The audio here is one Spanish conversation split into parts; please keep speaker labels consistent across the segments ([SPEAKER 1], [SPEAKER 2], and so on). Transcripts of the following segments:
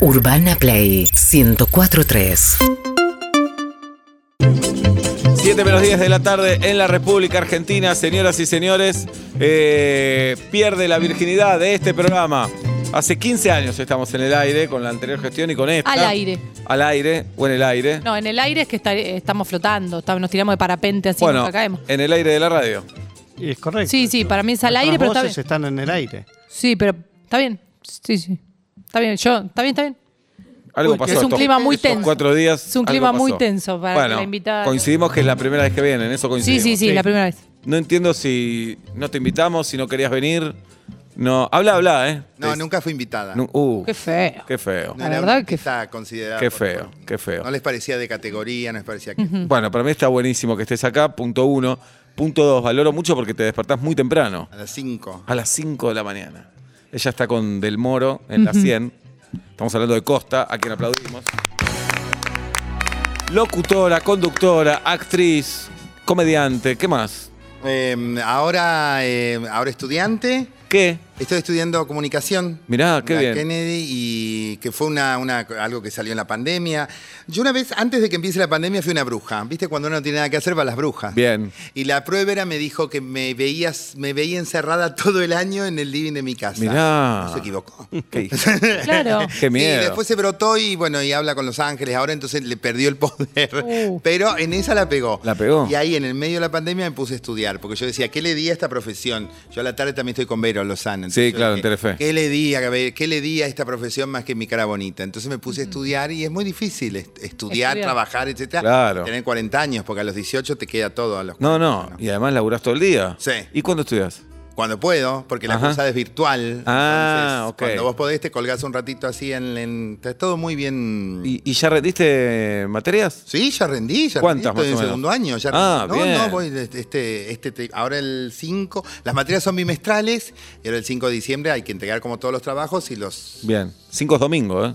[SPEAKER 1] Urbana Play 1043.
[SPEAKER 2] 7 menos 10 de la tarde en la República Argentina, señoras y señores, eh, pierde la virginidad de este programa. Hace 15 años estamos en el aire con la anterior gestión y con esta.
[SPEAKER 3] Al aire.
[SPEAKER 2] Al aire o en el aire.
[SPEAKER 3] No, en el aire es que está- estamos flotando, está- nos tiramos de parapente así
[SPEAKER 2] bueno,
[SPEAKER 3] nunca caemos.
[SPEAKER 2] en el aire de la radio.
[SPEAKER 4] Y es correcto.
[SPEAKER 3] Sí, sí,
[SPEAKER 4] eso.
[SPEAKER 3] para mí es al
[SPEAKER 4] Nuestras
[SPEAKER 3] aire, pero está
[SPEAKER 4] voces
[SPEAKER 3] bien.
[SPEAKER 4] están en el aire.
[SPEAKER 3] Sí, pero está bien. Sí, sí. Está bien, yo, está bien, está bien.
[SPEAKER 2] Algo
[SPEAKER 5] Uy,
[SPEAKER 2] pasó.
[SPEAKER 3] es un
[SPEAKER 2] estos-
[SPEAKER 3] clima muy
[SPEAKER 2] estos
[SPEAKER 3] tenso.
[SPEAKER 2] cuatro días.
[SPEAKER 3] Es un
[SPEAKER 2] algo
[SPEAKER 3] clima muy
[SPEAKER 2] pasó.
[SPEAKER 3] tenso para
[SPEAKER 2] bueno,
[SPEAKER 3] la invitada.
[SPEAKER 2] Coincidimos que es la primera vez que vienen, eso
[SPEAKER 3] Sí,
[SPEAKER 2] coincidimos.
[SPEAKER 3] sí, sí,
[SPEAKER 4] sí.
[SPEAKER 3] la primera vez.
[SPEAKER 2] No entiendo si no te invitamos, si no querías venir. No, habla, habla, ¿eh?
[SPEAKER 5] No,
[SPEAKER 2] Es-
[SPEAKER 5] nunca fui invitada.
[SPEAKER 2] nu- uh,
[SPEAKER 3] Qué feo.
[SPEAKER 2] qué feo.
[SPEAKER 5] No
[SPEAKER 3] La
[SPEAKER 5] era
[SPEAKER 3] verdad
[SPEAKER 5] una
[SPEAKER 3] que-
[SPEAKER 5] artista considerada
[SPEAKER 2] Qué
[SPEAKER 5] por-
[SPEAKER 2] feo,
[SPEAKER 5] por-
[SPEAKER 2] qué feo.
[SPEAKER 5] No les parecía de categoría, no les parecía que...
[SPEAKER 2] Bueno, para mí está buenísimo que estés acá, punto uno. Punto dos, valoro mucho porque te despertás muy temprano,
[SPEAKER 5] A las 5.
[SPEAKER 2] a las 5 de la mañana. Ella está con Del Moro en la 100. Estamos hablando de Costa, a quien aplaudimos. Locutora, conductora, actriz, comediante, ¿qué más?
[SPEAKER 5] Em, ahora, eh, ahora estudiante,
[SPEAKER 2] ¿Qué?
[SPEAKER 5] estoy estudiando comunicación.
[SPEAKER 2] Mirá, qué
[SPEAKER 5] La
[SPEAKER 2] bien.
[SPEAKER 5] Kennedy y que fue una, una- algo que salió en la pandemia. Yo una vez, antes de que empiece la pandemia, fui una bruja. ¿Viste? Cuando uno no tiene nada que hacer, va a las brujas.
[SPEAKER 2] Bien.
[SPEAKER 5] Y la pruebera me dijo que me, veías, me veía encerrada todo el año en el living de mi casa.
[SPEAKER 2] Mirá.
[SPEAKER 5] No se equivocó.
[SPEAKER 2] ¿Qué, hija?
[SPEAKER 3] Claro.
[SPEAKER 2] Qué miedo.
[SPEAKER 5] Y después se brotó y bueno, y habla con Los Ángeles. Ahora entonces le perdió el poder.
[SPEAKER 3] Uh.
[SPEAKER 5] Pero en esa la pegó.
[SPEAKER 2] La pegó.
[SPEAKER 5] Y ahí en el medio de la pandemia me puse a estudiar. Porque yo decía, ¿qué le di a esta profesión? Yo a la tarde también estoy con Vero Lozano. entonces
[SPEAKER 2] Sí,
[SPEAKER 5] yo
[SPEAKER 2] claro,
[SPEAKER 5] dije,
[SPEAKER 2] en Telefe.
[SPEAKER 5] ¿Qué le di a qué le di a esta profesión más que mi cara bonita? Entonces me puse a estudiar y es muy difícil est- estudiar,
[SPEAKER 3] Estudiar.
[SPEAKER 5] trabajar, etcétera.
[SPEAKER 2] Claro.
[SPEAKER 5] Tener 40 años, porque a los 18 te queda todo a los
[SPEAKER 2] No,
[SPEAKER 5] 40,
[SPEAKER 2] no. Y además laburás todo el día.
[SPEAKER 5] Sí.
[SPEAKER 2] ¿Y cuándo estudias?
[SPEAKER 5] Cuando puedo, porque la
[SPEAKER 2] Ajá.
[SPEAKER 5] cursada es virtual.
[SPEAKER 2] Ah,
[SPEAKER 5] entonces,
[SPEAKER 2] ok.
[SPEAKER 5] Cuando vos podés, te colgás un ratito así en. en- está todo muy bien.
[SPEAKER 2] ¿Y, y ya rendiste materias?
[SPEAKER 5] Sí, ya rendí, ya
[SPEAKER 2] ¿Cuántas más o
[SPEAKER 5] rendí, estoy en
[SPEAKER 2] menos?
[SPEAKER 5] segundo año. Ya
[SPEAKER 2] Ah,
[SPEAKER 5] rendí. no,
[SPEAKER 2] bien.
[SPEAKER 5] no, voy de- este, este, tri- ahora el 5, las materias son bimestrales y ahora el 5 de diciembre hay que entregar como todos los trabajos y los...
[SPEAKER 2] Bien. Cinco es domingo, ¿eh?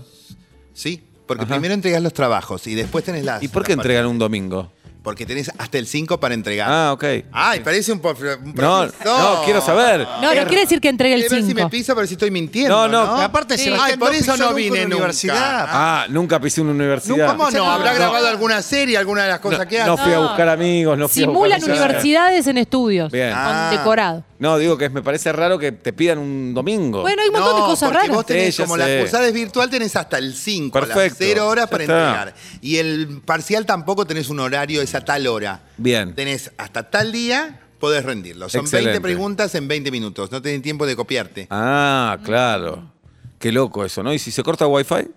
[SPEAKER 5] Sí, porque
[SPEAKER 2] Ajá.
[SPEAKER 5] primero entregas los trabajos y después tenés las...
[SPEAKER 2] ¿Y por qué
[SPEAKER 5] las
[SPEAKER 2] entregan un domingo?
[SPEAKER 5] partes. Porque tenés hasta el 5 para entregar.
[SPEAKER 2] Ah, ok.
[SPEAKER 5] Ay, parece un, prof- un
[SPEAKER 2] No,
[SPEAKER 5] profesor.
[SPEAKER 2] no, quiero saber.
[SPEAKER 3] No, no quiere decir que entregue el
[SPEAKER 5] Quiero ver si me
[SPEAKER 3] 5.
[SPEAKER 5] pisa, pero si estoy mintiendo.
[SPEAKER 2] No, no,
[SPEAKER 5] No,
[SPEAKER 4] Aparte,
[SPEAKER 3] Sí.
[SPEAKER 4] Sebastián
[SPEAKER 5] Ay, por eso
[SPEAKER 4] pisó
[SPEAKER 5] no
[SPEAKER 4] nunca
[SPEAKER 5] vine
[SPEAKER 4] una
[SPEAKER 5] nunca.
[SPEAKER 4] universidad.
[SPEAKER 2] Ah, nunca pisé una universidad.
[SPEAKER 4] ¿Cómo no?
[SPEAKER 5] Habrá
[SPEAKER 4] No.
[SPEAKER 5] grabado alguna serie, alguna de las cosas que
[SPEAKER 2] no,
[SPEAKER 5] hace.
[SPEAKER 2] no fui a
[SPEAKER 3] No.
[SPEAKER 2] buscar amigos, no fui a
[SPEAKER 3] Simulan
[SPEAKER 2] buscar amigos.
[SPEAKER 3] universidades en estudios.
[SPEAKER 2] Bien.
[SPEAKER 5] Ah.
[SPEAKER 3] Con decorado.
[SPEAKER 2] No, digo que me parece raro que te pidan un domingo.
[SPEAKER 3] Bueno, hay un montón de cosas
[SPEAKER 5] porque
[SPEAKER 3] raras.
[SPEAKER 5] Vos tenés,
[SPEAKER 2] Sí, ya
[SPEAKER 5] como
[SPEAKER 2] sé.
[SPEAKER 5] la cursada es virtual, tenés hasta el 5, las
[SPEAKER 2] Perfecto,
[SPEAKER 5] 0 horas
[SPEAKER 2] ya
[SPEAKER 5] para
[SPEAKER 2] está.
[SPEAKER 5] entregar. Y el parcial tampoco tenés un horario, es a tal hora.
[SPEAKER 2] Bien.
[SPEAKER 5] Tenés hasta tal día, podés rendirlo. Son
[SPEAKER 2] Excelente.
[SPEAKER 5] 20 preguntas en 20 minutos. No tenés tiempo de copiarte.
[SPEAKER 2] Ah, claro. Qué loco eso, ¿no? ¿Y si se corta Wi-Fi?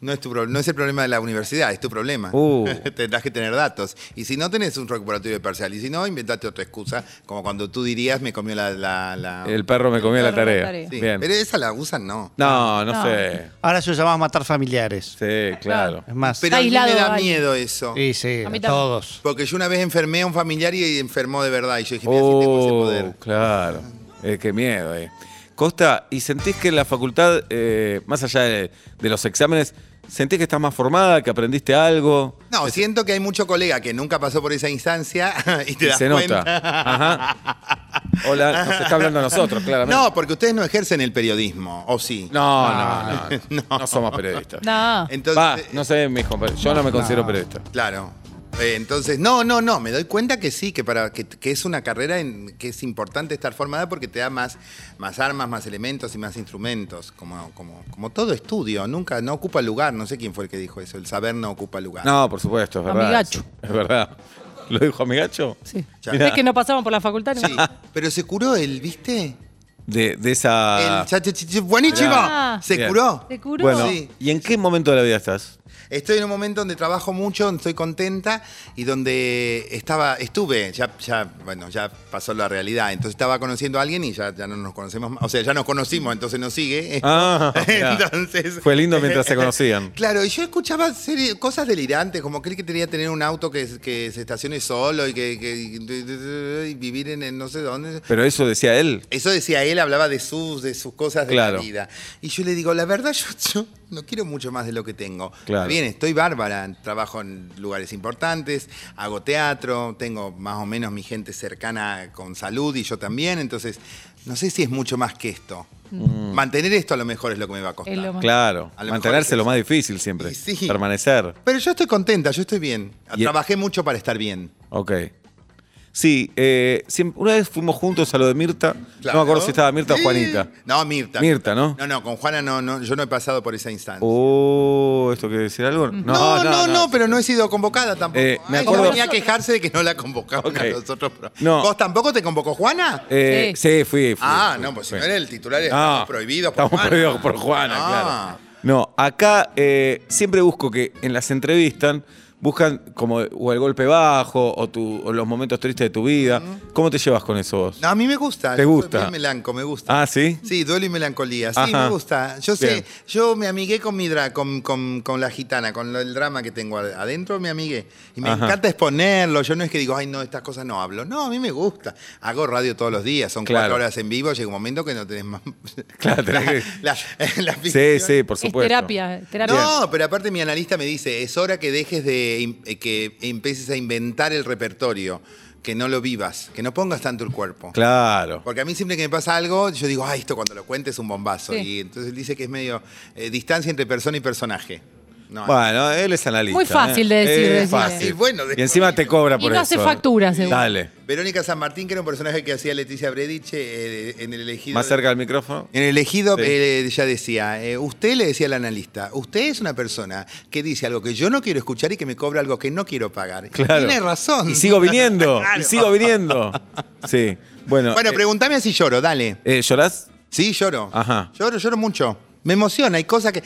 [SPEAKER 5] No, es tu pro- no es el problema de la universidad, es tu problema.
[SPEAKER 2] Uh.
[SPEAKER 5] Tendrás que tener datos. Y si no, tenés un recuperatorio de parcial. Y si no, inventate otra excusa, como cuando tú dirías, me comió la... la- la-
[SPEAKER 2] El perro me comió la
[SPEAKER 3] perro me
[SPEAKER 2] tarea.
[SPEAKER 3] tarea.
[SPEAKER 5] Sí,
[SPEAKER 2] Bien.
[SPEAKER 5] Pero esa la usan, no.
[SPEAKER 2] No, no,
[SPEAKER 3] No.
[SPEAKER 2] sé.
[SPEAKER 4] Ahora se llamaba matar familiares.
[SPEAKER 2] Sí, claro.
[SPEAKER 4] Es más.
[SPEAKER 3] Está
[SPEAKER 5] Pero a mí
[SPEAKER 3] aislado,
[SPEAKER 5] me da
[SPEAKER 3] vale.
[SPEAKER 5] miedo eso.
[SPEAKER 4] sí, sí,
[SPEAKER 3] A mí también.
[SPEAKER 4] todos.
[SPEAKER 5] Porque yo una vez enfermé a un familiar y enfermó de verdad. Y yo dije, mira, si tengo ese
[SPEAKER 2] Oh,
[SPEAKER 5] poder.
[SPEAKER 2] claro. Eh, qué miedo, eh. Costa, ¿y sentís que en la facultad, eh, más allá de, de los exámenes, sentís que estás más formada, que aprendiste algo?
[SPEAKER 5] No, siento que hay mucho colega que nunca pasó por esa instancia y te
[SPEAKER 2] Y
[SPEAKER 5] das
[SPEAKER 2] se
[SPEAKER 5] cuenta.
[SPEAKER 2] nota. Ajá. Hola, nos está hablando a nosotros, claramente.
[SPEAKER 5] No, porque ustedes no ejercen el periodismo, ¿o sí?
[SPEAKER 2] No, no, no. No, No somos periodistas.
[SPEAKER 3] No.
[SPEAKER 5] Entonces, eh,
[SPEAKER 2] Va, no sé, mis compañeros. Yo no me considero periodista.
[SPEAKER 5] Claro. Eh, entonces, no, no, no, me doy cuenta que sí, que, para, que, que es una carrera en, que es importante estar formada porque te da más, más armas, más elementos y más instrumentos, como, como, como todo estudio, nunca, no ocupa lugar, no sé quién fue el que dijo eso, el saber no ocupa lugar.
[SPEAKER 2] No, por supuesto, es verdad.
[SPEAKER 3] Amigacho.
[SPEAKER 2] Es verdad. ¿Lo dijo amigacho?
[SPEAKER 3] Sí.
[SPEAKER 5] Ya.
[SPEAKER 3] Es que no pasamos por la facultad.
[SPEAKER 5] Sí, pero se curó él, ¿viste?
[SPEAKER 2] De, de esa.
[SPEAKER 5] El chacho chichi- buenísimo,
[SPEAKER 3] Ah.
[SPEAKER 5] se
[SPEAKER 2] Ah. Bien.
[SPEAKER 5] curó.
[SPEAKER 3] ¿Te curó?
[SPEAKER 2] Bueno,
[SPEAKER 5] Sí.
[SPEAKER 2] ¿y en qué momento de la vida estás?
[SPEAKER 5] Estoy en un momento donde trabajo mucho, donde estoy contenta y donde estaba, estuve, ya, ya, bueno, ya pasó la realidad. Entonces estaba conociendo a alguien y ya, ya no nos conocemos más. O sea, ya nos conocimos, entonces nos sigue.
[SPEAKER 2] Ah, mirá.
[SPEAKER 5] entonces.
[SPEAKER 2] Fue lindo mientras se conocían.
[SPEAKER 5] Claro, y yo escuchaba serie- cosas delirantes, como aquel que tenía que tener un auto que, que se estacione solo y que, que- y vivir en, en no sé dónde.
[SPEAKER 2] Pero eso decía él.
[SPEAKER 5] Eso decía él, hablaba de sus, de sus cosas de
[SPEAKER 2] Claro.
[SPEAKER 5] la vida. Y yo le digo, la verdad, yo, yo no quiero mucho más de lo que tengo.
[SPEAKER 2] Claro.
[SPEAKER 5] Está Bien, estoy bárbara, trabajo en lugares importantes, hago teatro, tengo más o menos mi gente cercana con salud y yo también, entonces No sé si es mucho más que esto.
[SPEAKER 2] Mm.
[SPEAKER 5] Mantener esto a lo mejor es lo que me va a costar.
[SPEAKER 3] Es lo más-
[SPEAKER 2] Claro.
[SPEAKER 5] A lo mejor
[SPEAKER 2] Mantenerse
[SPEAKER 5] es
[SPEAKER 2] lo
[SPEAKER 5] eso.
[SPEAKER 2] más difícil siempre.
[SPEAKER 5] Y sí.
[SPEAKER 2] Permanecer.
[SPEAKER 5] Pero yo estoy contenta, yo estoy bien.
[SPEAKER 2] Y- e-
[SPEAKER 5] Trabajé mucho para estar bien.
[SPEAKER 2] Ok. Sí, eh, siem- una vez fuimos juntos a lo de Mirta.
[SPEAKER 5] Claro.
[SPEAKER 2] No me acuerdo si estaba Mirta o
[SPEAKER 5] Sí.
[SPEAKER 2] Juanita.
[SPEAKER 5] No, Mirta.
[SPEAKER 2] Mirta, ¿no?
[SPEAKER 5] No, no, con Juana no, no, yo no he pasado por esa instancia.
[SPEAKER 2] Oh, ¿esto quiere decir algo? No,
[SPEAKER 5] No, no, no, pero no he sido convocada tampoco.
[SPEAKER 2] Eh, me
[SPEAKER 5] Ay,
[SPEAKER 2] acuerdo-
[SPEAKER 5] no venía a quejarse de que no la convocaban
[SPEAKER 2] Ok.
[SPEAKER 5] a los otros programas.
[SPEAKER 2] No.
[SPEAKER 5] ¿Vos tampoco te convocó Juana?
[SPEAKER 2] Eh, sí. fui, fui,
[SPEAKER 5] ah,
[SPEAKER 2] fui,
[SPEAKER 5] no, pues si
[SPEAKER 2] fui.
[SPEAKER 5] no era el titular,
[SPEAKER 2] No,
[SPEAKER 5] estamos prohibidos por
[SPEAKER 2] estamos
[SPEAKER 5] Juana.
[SPEAKER 2] prohibidos por Juana,
[SPEAKER 5] Ah.
[SPEAKER 2] claro. No, acá eh, siempre busco que en las entrevistas buscan como o el golpe bajo o, tu- o los momentos tristes de tu vida. ¿Cómo te llevas con eso vos?
[SPEAKER 5] No, a mí me gusta.
[SPEAKER 2] ¿Te
[SPEAKER 5] Yo soy
[SPEAKER 2] gusta?
[SPEAKER 5] bien melanco, me gusta.
[SPEAKER 2] Ah, ¿sí?
[SPEAKER 5] Sí, duelo y melancolía. Sí,
[SPEAKER 2] Ajá.
[SPEAKER 5] me gusta. Yo sé,
[SPEAKER 2] Bien.
[SPEAKER 5] yo me amigué con mi dra- con, con- con la gitana, con lo- el drama que tengo ad- adentro, me amigué. Y me
[SPEAKER 2] Ajá.
[SPEAKER 5] encanta exponerlo. Yo no es que digo, ay, no, estas cosas no hablo. No, a mí me gusta. Hago radio todos los días, son
[SPEAKER 2] Claro.
[SPEAKER 5] cuatro horas en vivo, llega un momento que no tenés más.
[SPEAKER 2] Claro,
[SPEAKER 5] la,
[SPEAKER 2] tenés
[SPEAKER 5] la- la
[SPEAKER 2] Sí,
[SPEAKER 5] ficción.
[SPEAKER 2] sí, por
[SPEAKER 3] Es
[SPEAKER 2] supuesto.
[SPEAKER 3] terapia, terapia.
[SPEAKER 5] No, pero aparte mi analista me dice, es hora que dejes de im- eh, que empieces a inventar el repertorio, que no lo vivas, que no pongas tanto el cuerpo.
[SPEAKER 2] Claro.
[SPEAKER 5] Porque a mí siempre que me pasa algo, yo digo, ah, esto cuando lo cuente es un bombazo.
[SPEAKER 3] Sí.
[SPEAKER 5] Y entonces dice que es medio eh, distancia entre persona y personaje. No,
[SPEAKER 2] Bueno, él es analista.
[SPEAKER 3] Muy fácil de decir,
[SPEAKER 2] Es
[SPEAKER 3] decir.
[SPEAKER 2] fácil.
[SPEAKER 5] Y bueno,
[SPEAKER 2] y encima te cobra
[SPEAKER 3] Y
[SPEAKER 2] por
[SPEAKER 3] no
[SPEAKER 2] eso.
[SPEAKER 3] hace factura, seguro.
[SPEAKER 2] Dale.
[SPEAKER 5] Verónica San Martín, que era un personaje que hacía Leticia Brediche eh, en el elegido.
[SPEAKER 2] Más cerca del micrófono.
[SPEAKER 5] En el elegido
[SPEAKER 2] Sí.
[SPEAKER 5] eh, ya decía, eh, usted le decía al analista, usted es una persona que dice algo que yo no quiero escuchar y que me cobra algo que no quiero pagar. Y
[SPEAKER 2] Claro.
[SPEAKER 5] Tiene razón.
[SPEAKER 2] Y sigo viniendo. Y
[SPEAKER 5] Claro.
[SPEAKER 2] sigo viniendo. Sí. Bueno.
[SPEAKER 5] Bueno,
[SPEAKER 2] eh,
[SPEAKER 5] pregúntame si lloro, dale.
[SPEAKER 2] eh, ¿Llorás?
[SPEAKER 5] Sí, lloro.
[SPEAKER 2] Ajá.
[SPEAKER 5] Lloro, lloro mucho. Me emociona, hay cosas que...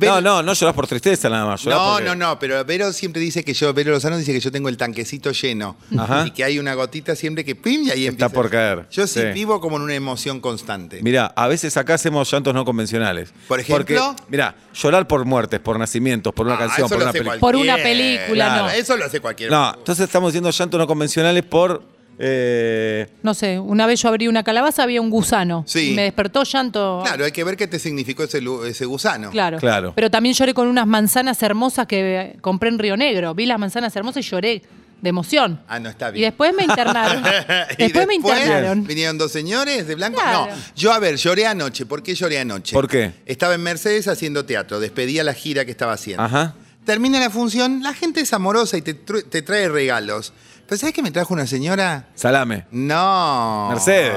[SPEAKER 2] No, no, no llorás por tristeza nada más. llorás
[SPEAKER 5] No,
[SPEAKER 2] porque-
[SPEAKER 5] no, no, pero Vero siempre dice que yo, Vero Lozano dice que yo tengo el tanquecito lleno
[SPEAKER 2] Ajá.
[SPEAKER 5] y que hay una gotita siempre que pim y ahí
[SPEAKER 2] Está
[SPEAKER 5] empieza.
[SPEAKER 2] por caer,
[SPEAKER 5] Yo sí,
[SPEAKER 2] sí.
[SPEAKER 5] vivo como en una emoción constante.
[SPEAKER 2] Mirá, a veces acá hacemos llantos no convencionales.
[SPEAKER 5] Por ejemplo.
[SPEAKER 2] Porque, mirá, llorar por muertes, por nacimientos, por una
[SPEAKER 5] Ah,
[SPEAKER 2] canción,
[SPEAKER 5] eso
[SPEAKER 2] por
[SPEAKER 5] lo
[SPEAKER 2] una
[SPEAKER 5] hace
[SPEAKER 2] película.
[SPEAKER 3] Por una
[SPEAKER 5] cualquiera.
[SPEAKER 3] película,
[SPEAKER 2] Claro. no.
[SPEAKER 5] Eso lo hace cualquiera.
[SPEAKER 2] No, entonces estamos haciendo llantos no convencionales por. eh,
[SPEAKER 3] No sé, una vez yo abrí una calabaza, había un gusano.
[SPEAKER 5] Sí.
[SPEAKER 3] Y me despertó llanto.
[SPEAKER 5] Claro, hay que ver qué te significó ese, lu- ese gusano.
[SPEAKER 3] Claro.
[SPEAKER 2] Claro.
[SPEAKER 3] Pero también lloré con unas manzanas hermosas que compré en Río Negro. Vi las manzanas hermosas y lloré de emoción.
[SPEAKER 5] Ah, no, está bien.
[SPEAKER 3] Y después me internaron. después,
[SPEAKER 5] Y
[SPEAKER 3] me internaron.
[SPEAKER 5] Vinieron dos señores de blanco.
[SPEAKER 3] Claro.
[SPEAKER 5] No, yo a ver, lloré anoche. ¿Por qué lloré anoche?
[SPEAKER 2] ¿Por qué?
[SPEAKER 5] Estaba en Mercedes haciendo teatro, despedía la gira que estaba haciendo.
[SPEAKER 2] Ajá.
[SPEAKER 5] Termina la función, la gente es amorosa y te, tru- te trae regalos. Pero ¿sabes qué me trajo una señora?
[SPEAKER 2] Salame.
[SPEAKER 5] No.
[SPEAKER 2] Mercedes.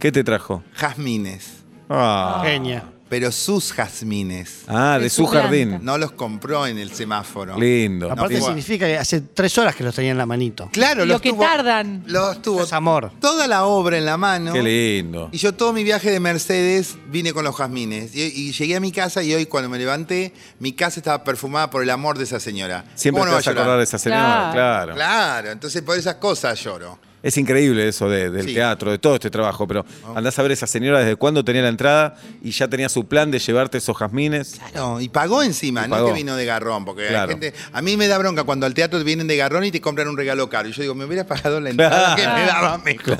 [SPEAKER 2] ¿Qué te trajo?
[SPEAKER 5] Jazmines.
[SPEAKER 2] Ah,
[SPEAKER 4] Genia.
[SPEAKER 5] Pero sus jazmines.
[SPEAKER 2] Ah, de
[SPEAKER 3] De
[SPEAKER 2] su
[SPEAKER 3] su planta.
[SPEAKER 2] jardín.
[SPEAKER 5] No los compró en el semáforo.
[SPEAKER 2] Lindo.
[SPEAKER 5] No,
[SPEAKER 4] Aparte
[SPEAKER 5] igual.
[SPEAKER 4] significa que hace tres horas que los tenía en la manito.
[SPEAKER 5] Claro,
[SPEAKER 3] Y
[SPEAKER 5] los
[SPEAKER 3] lo que
[SPEAKER 5] tuvo-
[SPEAKER 3] tardan.
[SPEAKER 5] Los tuvo.
[SPEAKER 4] Es amor.
[SPEAKER 5] Toda la obra en la mano.
[SPEAKER 2] Qué lindo.
[SPEAKER 5] Y yo todo mi viaje de Mercedes vine con los jazmines. Y, y llegué a mi casa y hoy cuando me levanté, mi casa estaba perfumada por el amor de esa señora.
[SPEAKER 2] Siempre
[SPEAKER 5] ¿Cómo
[SPEAKER 2] te
[SPEAKER 5] no
[SPEAKER 2] vas a
[SPEAKER 5] va llorar?
[SPEAKER 2] acordar de esa señora, claro.
[SPEAKER 3] Claro.
[SPEAKER 5] Claro, entonces por esas cosas lloro.
[SPEAKER 2] Es increíble eso de- del
[SPEAKER 5] Sí.
[SPEAKER 2] teatro, de todo este trabajo, pero andás a ver esa señora desde cuándo tenía la entrada y ya tenía su plan de llevarte esos jazmines.
[SPEAKER 5] No, y pagó encima,
[SPEAKER 2] Y
[SPEAKER 5] no
[SPEAKER 2] pagó.
[SPEAKER 5] que vino de garrón, porque hay
[SPEAKER 2] Claro.
[SPEAKER 5] gente- a mí me da bronca cuando al teatro vienen de garrón y te compran un regalo caro. Y yo digo, me hubieras pagado la entrada que me daba mejor.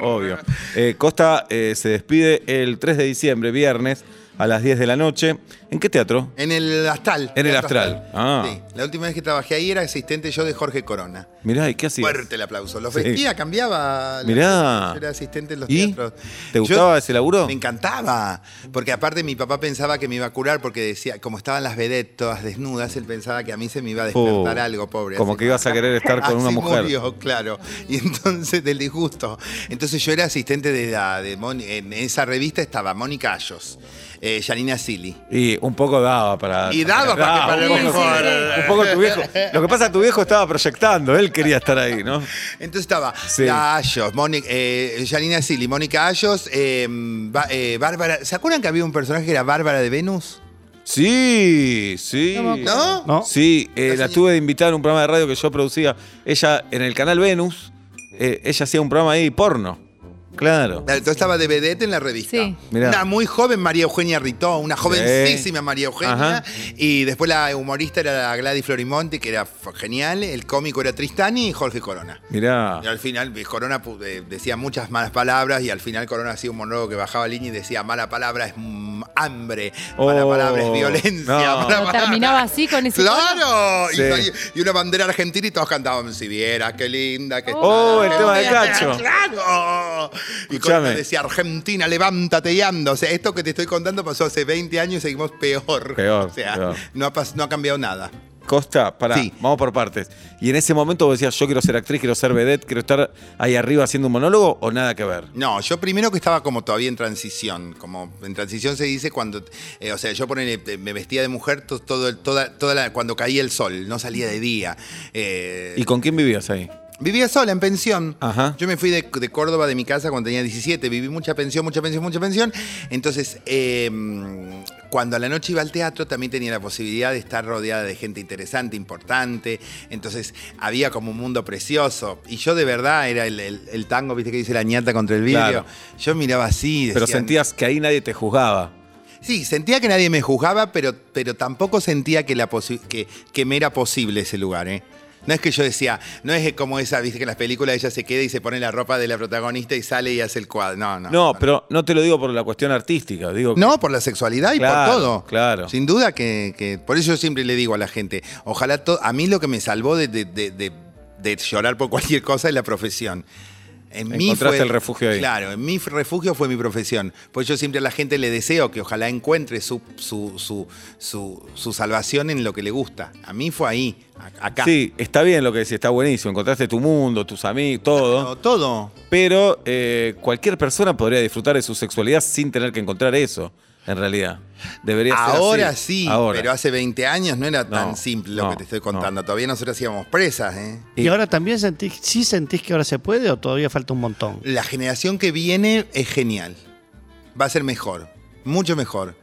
[SPEAKER 2] obvio. Eh, Costa eh, se despide el 3 de diciembre, viernes, a las 10 de la noche. ¿En qué teatro?
[SPEAKER 5] En el Astral.
[SPEAKER 2] En el
[SPEAKER 5] Teatro
[SPEAKER 2] Astral. Ah.
[SPEAKER 5] Sí, la última vez que trabajé ahí era asistente yo de Jorge Corona.
[SPEAKER 2] Mirá, ¿y qué hacías?
[SPEAKER 5] Fuerte el aplauso. Los
[SPEAKER 2] Sí.
[SPEAKER 5] vestía, cambiaba.
[SPEAKER 2] Mirá.
[SPEAKER 5] Yo era asistente en los
[SPEAKER 2] ¿Y?
[SPEAKER 5] teatros.
[SPEAKER 2] ¿Te gustaba ese laburo?
[SPEAKER 5] Me encantaba. Porque aparte mi papá pensaba que me iba a curar porque decía, como estaban las vedettes todas desnudas, él pensaba que a mí se me iba a
[SPEAKER 2] Oh,
[SPEAKER 5] despertar algo, pobre.
[SPEAKER 2] Como
[SPEAKER 5] Así
[SPEAKER 2] que ibas a querer estar con una
[SPEAKER 5] Así
[SPEAKER 2] mujer.
[SPEAKER 5] murió, claro. Y entonces, del disgusto. Entonces, yo era asistente de la. De Moni- en esa revista estaba Mónica Ayos, eh, Janina Silly.
[SPEAKER 2] Y un poco daba para. Ah,
[SPEAKER 5] Y daba para que para lo
[SPEAKER 2] un poco- eh,
[SPEAKER 5] mejor.
[SPEAKER 2] Un poco tu viejo. Lo que pasa, tu viejo estaba proyectando, él quería estar ahí, ¿no?
[SPEAKER 5] Entonces estaba
[SPEAKER 2] Sí.
[SPEAKER 5] la Ayos, Mónica- eh, Janina Silly, Mónica Ayos, eh, Ba- eh, Bárbara. ¿Se acuerdan que había un personaje que era Bárbara de Venus?
[SPEAKER 2] Sí, sí.
[SPEAKER 3] No me
[SPEAKER 5] ¿No?
[SPEAKER 4] ¿No?
[SPEAKER 2] Sí, eh,
[SPEAKER 5] La
[SPEAKER 2] la
[SPEAKER 5] señora-
[SPEAKER 2] tuve de invitar a un programa de radio que yo producía. Ella, en el canal Venus, eh, ella hacía un programa ahí porno. Claro.
[SPEAKER 5] Entonces estaba de vedette en la revista.
[SPEAKER 3] Sí.
[SPEAKER 2] Mirá.
[SPEAKER 5] Una muy joven María Eugenia Ritó, una jovencísima María Eugenia.
[SPEAKER 2] Ajá.
[SPEAKER 5] Y después la humorista era la Gladys Florimonti, que era f- genial. El cómico era Tristani y Jorge Corona.
[SPEAKER 2] Mirá.
[SPEAKER 5] Y al final eh, Corona pu- eh, decía muchas malas palabras y al final Corona hacía un monólogo que bajaba línea y decía mala palabra es mm, hambre, mala
[SPEAKER 2] Oh,
[SPEAKER 5] palabra es violencia.
[SPEAKER 2] no.
[SPEAKER 5] mala
[SPEAKER 2] Pero
[SPEAKER 5] palabra-
[SPEAKER 3] terminaba así con ese
[SPEAKER 5] ¡Claro! Y-
[SPEAKER 2] Sí.
[SPEAKER 5] Y, una bandera argentina y todos cantaban si vieras, qué linda, qué
[SPEAKER 2] Oh, el
[SPEAKER 5] tal,
[SPEAKER 2] tema
[SPEAKER 5] qué
[SPEAKER 2] de
[SPEAKER 5] linda".
[SPEAKER 2] Cacho.
[SPEAKER 5] ¡Claro! Y
[SPEAKER 2] Escuchame.
[SPEAKER 5] cuando decía Argentina, levántate y anda. O sea, esto que te estoy contando pasó hace 20 años y seguimos peor.
[SPEAKER 2] Peor,
[SPEAKER 5] O sea,
[SPEAKER 2] peor.
[SPEAKER 5] No, ha pas- no ha cambiado nada.
[SPEAKER 2] Costa, pará,
[SPEAKER 5] Sí.
[SPEAKER 2] vamos por partes. Y en ese momento vos decías, yo quiero ser actriz, quiero ser vedette, quiero estar ahí arriba haciendo un monólogo o nada que ver.
[SPEAKER 5] No, yo primero que estaba como todavía en transición. Como en transición se dice cuando, eh, o sea, yo ponele, eh, me vestía de mujer to- todo, el- toda, toda la- cuando caía el sol, no salía de día. Eh,
[SPEAKER 2] ¿Y con quién vivías ahí?
[SPEAKER 5] Vivía sola en pensión.
[SPEAKER 2] Ajá.
[SPEAKER 5] Yo me fui de, de Córdoba de mi casa cuando tenía 17. Viví mucha pensión, mucha pensión, mucha pensión. Entonces, eh, cuando a la noche iba al teatro, también tenía la posibilidad de estar rodeada de gente interesante, importante. Entonces, había como un mundo precioso. Y yo de verdad era el, el- el tango, viste que dice la ñata contra el vidrio.
[SPEAKER 2] Claro.
[SPEAKER 5] Yo miraba así.
[SPEAKER 2] Pero
[SPEAKER 5] decía,
[SPEAKER 2] sentías que ahí nadie te juzgaba.
[SPEAKER 5] Sí, sentía que nadie me juzgaba, pero, pero tampoco sentía que, la posi- que, que me era posible ese lugar, ¿eh? No es que yo decía, no es como esa, viste que en las películas ella se queda y se pone la ropa de la protagonista y sale y hace el cuadro. No, no.
[SPEAKER 2] No, pero no te lo digo por la cuestión artística, digo que-
[SPEAKER 5] No, por la sexualidad y
[SPEAKER 2] Claro,
[SPEAKER 5] por todo.
[SPEAKER 2] claro.
[SPEAKER 5] Sin duda que, que- Por eso yo siempre le digo a la gente, ojalá to- a mí lo que me salvó de, de- de- de- de llorar por cualquier cosa es la profesión. En
[SPEAKER 2] Encontraste el refugio ahí.
[SPEAKER 5] Claro, en mi f- refugio fue mi profesión. Por eso siempre a la gente le deseo que ojalá encuentre su, su, su, su- su salvación en lo que le gusta. A mí fue ahí, a- acá.
[SPEAKER 2] Sí, está bien lo que decís, está buenísimo. Encontraste tu mundo, tus amigos, todo.
[SPEAKER 5] No, todo.
[SPEAKER 2] Pero eh, cualquier persona podría disfrutar de su sexualidad sin tener que encontrar eso, en realidad. Debería ser
[SPEAKER 5] Ahora
[SPEAKER 2] así.
[SPEAKER 5] sí,
[SPEAKER 2] Ahora.
[SPEAKER 5] pero hace 20 años no era
[SPEAKER 2] No,
[SPEAKER 5] tan simple lo
[SPEAKER 2] no,
[SPEAKER 5] que te estoy
[SPEAKER 2] no.
[SPEAKER 5] contando. Todavía nosotros íbamos presas, ¿eh?
[SPEAKER 4] ¿Y ahora también sentís, sí sentís que ahora se puede o todavía falta un montón?
[SPEAKER 5] La generación que viene es genial. Va a ser mejor, mucho mejor.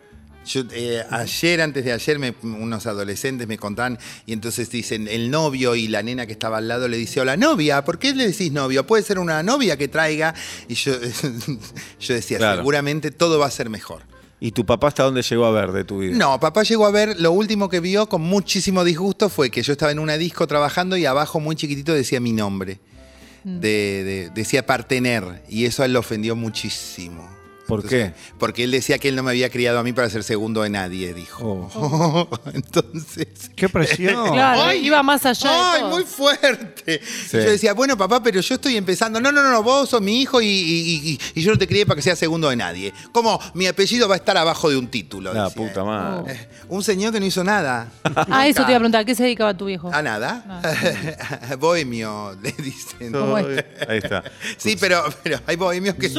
[SPEAKER 5] Yo, eh, ayer, antes de ayer, me- unos adolescentes me contaban y entonces dicen el novio y la nena que estaba al lado le dice, hola novia, ¿por qué le decís novio? Puede ser una novia que traiga. Y yo, yo decía,
[SPEAKER 2] Claro.
[SPEAKER 5] seguramente todo va a ser mejor.
[SPEAKER 2] ¿Y tu papá hasta dónde llegó a ver de tu vida?
[SPEAKER 5] No, papá llegó a ver, lo último que vio con muchísimo disgusto fue que yo estaba en una disco trabajando y abajo muy chiquitito decía mi nombre.
[SPEAKER 3] Mm.
[SPEAKER 5] De- de- decía partener y eso a él lo ofendió muchísimo.
[SPEAKER 2] ¿Por
[SPEAKER 5] qué? Porque él decía que él no me había criado a mí para ser segundo de nadie, dijo.
[SPEAKER 2] Oh.
[SPEAKER 5] Entonces...
[SPEAKER 4] ¡Qué presión!
[SPEAKER 3] Claro, iba más allá. de
[SPEAKER 5] ¡Ay,
[SPEAKER 3] todo.
[SPEAKER 5] muy fuerte! Y Yo decía, bueno, papá, pero yo estoy empezando. No, no, no, no, vos sos mi hijo y, y- y- y yo no te crié para que sea segundo de nadie. ¿Cómo? Mi apellido va a estar abajo de un título.
[SPEAKER 2] La
[SPEAKER 5] decía él.
[SPEAKER 2] puta madre.
[SPEAKER 5] Eh, Un señor que no hizo nada.
[SPEAKER 3] Ah, eso te iba a preguntar. ¿A qué se dedicaba tu viejo?
[SPEAKER 5] ¿A nada? Bohemio, le dicen.
[SPEAKER 3] ¿Cómo es?
[SPEAKER 2] Ahí está.
[SPEAKER 5] Sí, pero, pero hay bohemios que...
[SPEAKER 2] Y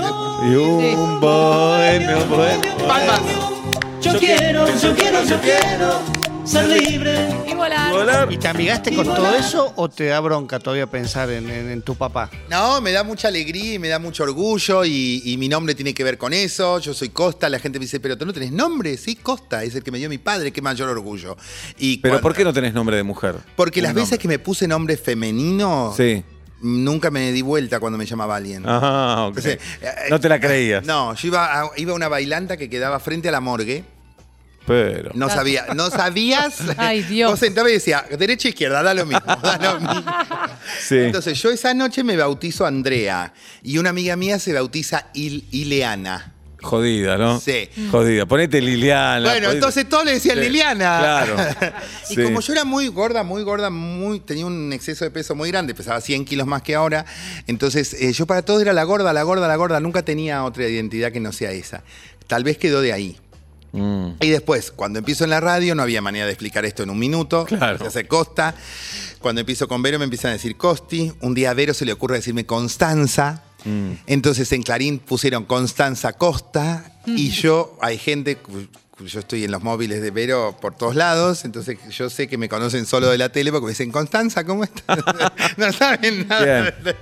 [SPEAKER 2] un bohemio, bohemio.
[SPEAKER 5] Palmas.
[SPEAKER 6] Yo quiero, yo quiero, yo quiero ser libre.
[SPEAKER 3] Y volar.
[SPEAKER 2] Volar.
[SPEAKER 4] ¿Y te amigaste con todo eso o te da bronca todavía pensar en, en- en tu papá?
[SPEAKER 5] No, me da mucha alegría y me da mucho orgullo y, y mi nombre tiene que ver con eso. Yo soy Costa, la gente me dice, pero tú no tenés nombre, sí, Costa, es el que me dio mi padre, qué mayor orgullo. Y
[SPEAKER 2] Pero
[SPEAKER 5] cuando-
[SPEAKER 2] ¿por qué no tenés nombre de mujer?
[SPEAKER 5] Porque
[SPEAKER 2] Un
[SPEAKER 5] las veces
[SPEAKER 2] nombre.
[SPEAKER 5] que me puse nombre femenino,
[SPEAKER 2] Sí.
[SPEAKER 5] nunca me di vuelta cuando me llamaba alguien.
[SPEAKER 2] Ah, ok.
[SPEAKER 5] Entonces, eh, eh,
[SPEAKER 2] No te la creías.
[SPEAKER 5] No, yo iba a, iba a una bailanta que quedaba frente a la morgue.
[SPEAKER 2] Pero.
[SPEAKER 5] No sabía, no sabías.
[SPEAKER 3] Ay, Dios.
[SPEAKER 5] Vos sentabas y decía, derecha izquierda, da lo mismo, da lo mismo.
[SPEAKER 2] Sí.
[SPEAKER 5] Entonces, yo esa noche me bautizo Andrea y una amiga mía se bautiza Il- Ileana.
[SPEAKER 2] Jodida, ¿no?
[SPEAKER 5] Sí.
[SPEAKER 2] Jodida. Ponete Liliana.
[SPEAKER 5] bueno,
[SPEAKER 2] ponete-
[SPEAKER 5] entonces todos le decían
[SPEAKER 2] Sí,
[SPEAKER 5] Liliana.
[SPEAKER 2] Claro.
[SPEAKER 5] y
[SPEAKER 2] Sí.
[SPEAKER 5] como yo era muy gorda, muy gorda, muy tenía un exceso de peso muy grande, pesaba 100 kilos más que ahora, entonces eh, yo para todo era la gorda, la gorda, la gorda, nunca tenía otra identidad que no sea esa. Tal vez quedó de ahí.
[SPEAKER 2] Mm.
[SPEAKER 5] Y después, cuando empiezo en la radio, no había manera de explicar esto en un minuto.
[SPEAKER 2] Claro.
[SPEAKER 5] Se hace Costa. Cuando empiezo con Vero, me empiezan a decir Costi. Un día a Vero se le ocurre decirme Constanza. Entonces en Clarín pusieron Constanza Costa. Y yo, hay gente. cu- cu- Yo estoy en los móviles de Vero por todos lados, entonces yo sé que me conocen solo de la tele porque me dicen, Constanza, ¿cómo estás? no saben nada de,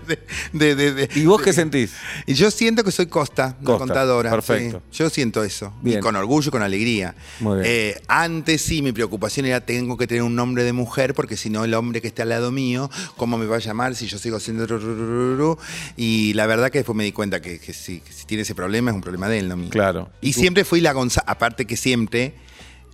[SPEAKER 5] de- de- de-
[SPEAKER 2] ¿Y vos qué sentís?
[SPEAKER 5] y yo siento que soy Costa, una
[SPEAKER 2] Costa,
[SPEAKER 5] contadora.
[SPEAKER 2] perfecto.
[SPEAKER 5] sí. Yo siento eso.
[SPEAKER 2] Bien.
[SPEAKER 5] Y con orgullo y con alegría.
[SPEAKER 2] Muy bien.
[SPEAKER 5] Eh, antes sí, mi preocupación era tengo que tener un nombre de mujer, porque si no, el hombre que esté al lado mío, ¿cómo me va a llamar si yo sigo siendo... rurururu? Y la verdad que después me di cuenta que, que si, que si tiene ese problema, es un problema de él, no mío.
[SPEAKER 2] Claro.
[SPEAKER 5] Y siempre fui la González, aparte que siempre...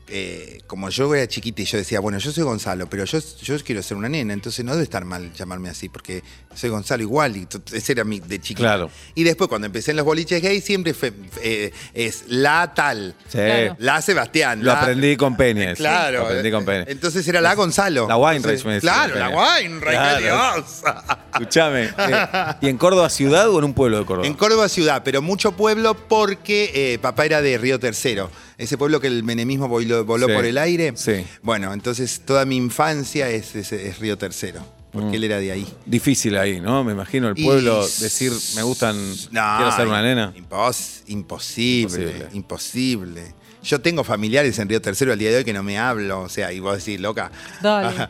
[SPEAKER 5] eh, como yo era chiquita y yo decía, bueno, yo soy Gonzalo, pero yo, yo quiero ser una nena, entonces no debe estar mal llamarme así, porque soy Gonzalo igual, y t- ese era mi de chiquita.
[SPEAKER 2] Claro.
[SPEAKER 5] Y después cuando empecé en los boliches gay siempre fue, eh, es la tal,
[SPEAKER 2] Sí.
[SPEAKER 3] Claro.
[SPEAKER 5] la Sebastián.
[SPEAKER 2] Lo
[SPEAKER 5] la-
[SPEAKER 2] aprendí con Peña. sí.
[SPEAKER 5] Claro.
[SPEAKER 2] Lo aprendí con Peña.
[SPEAKER 5] Entonces era la Gonzalo.
[SPEAKER 2] La Weinreich
[SPEAKER 5] Entonces,
[SPEAKER 2] me decía
[SPEAKER 5] Claro, la
[SPEAKER 2] Peña.
[SPEAKER 5] Weinreich,
[SPEAKER 2] Claro.
[SPEAKER 5] qué Dios.
[SPEAKER 2] Escuchame. eh, ¿Y en Córdoba ciudad o en un pueblo de Córdoba?
[SPEAKER 5] En Córdoba ciudad, pero mucho pueblo porque eh, papá era de Río Tercero, ese pueblo que el menemismo voló, voló
[SPEAKER 2] Sí,
[SPEAKER 5] por el aire.
[SPEAKER 2] sí.
[SPEAKER 5] Bueno, entonces toda mi infancia es, es- es Río Tercero, porque
[SPEAKER 2] Mm.
[SPEAKER 5] él era de ahí.
[SPEAKER 2] Difícil ahí, ¿no? Me imagino el pueblo
[SPEAKER 5] Y-
[SPEAKER 2] decir, me gustan,
[SPEAKER 5] No,
[SPEAKER 2] quiero ser una nena.
[SPEAKER 5] impos- imposible,
[SPEAKER 2] Imposible.
[SPEAKER 5] imposible, Yo tengo familiares en Río Tercero al día de hoy que no me hablo, o sea, y vos decís, loca.
[SPEAKER 3] Dale.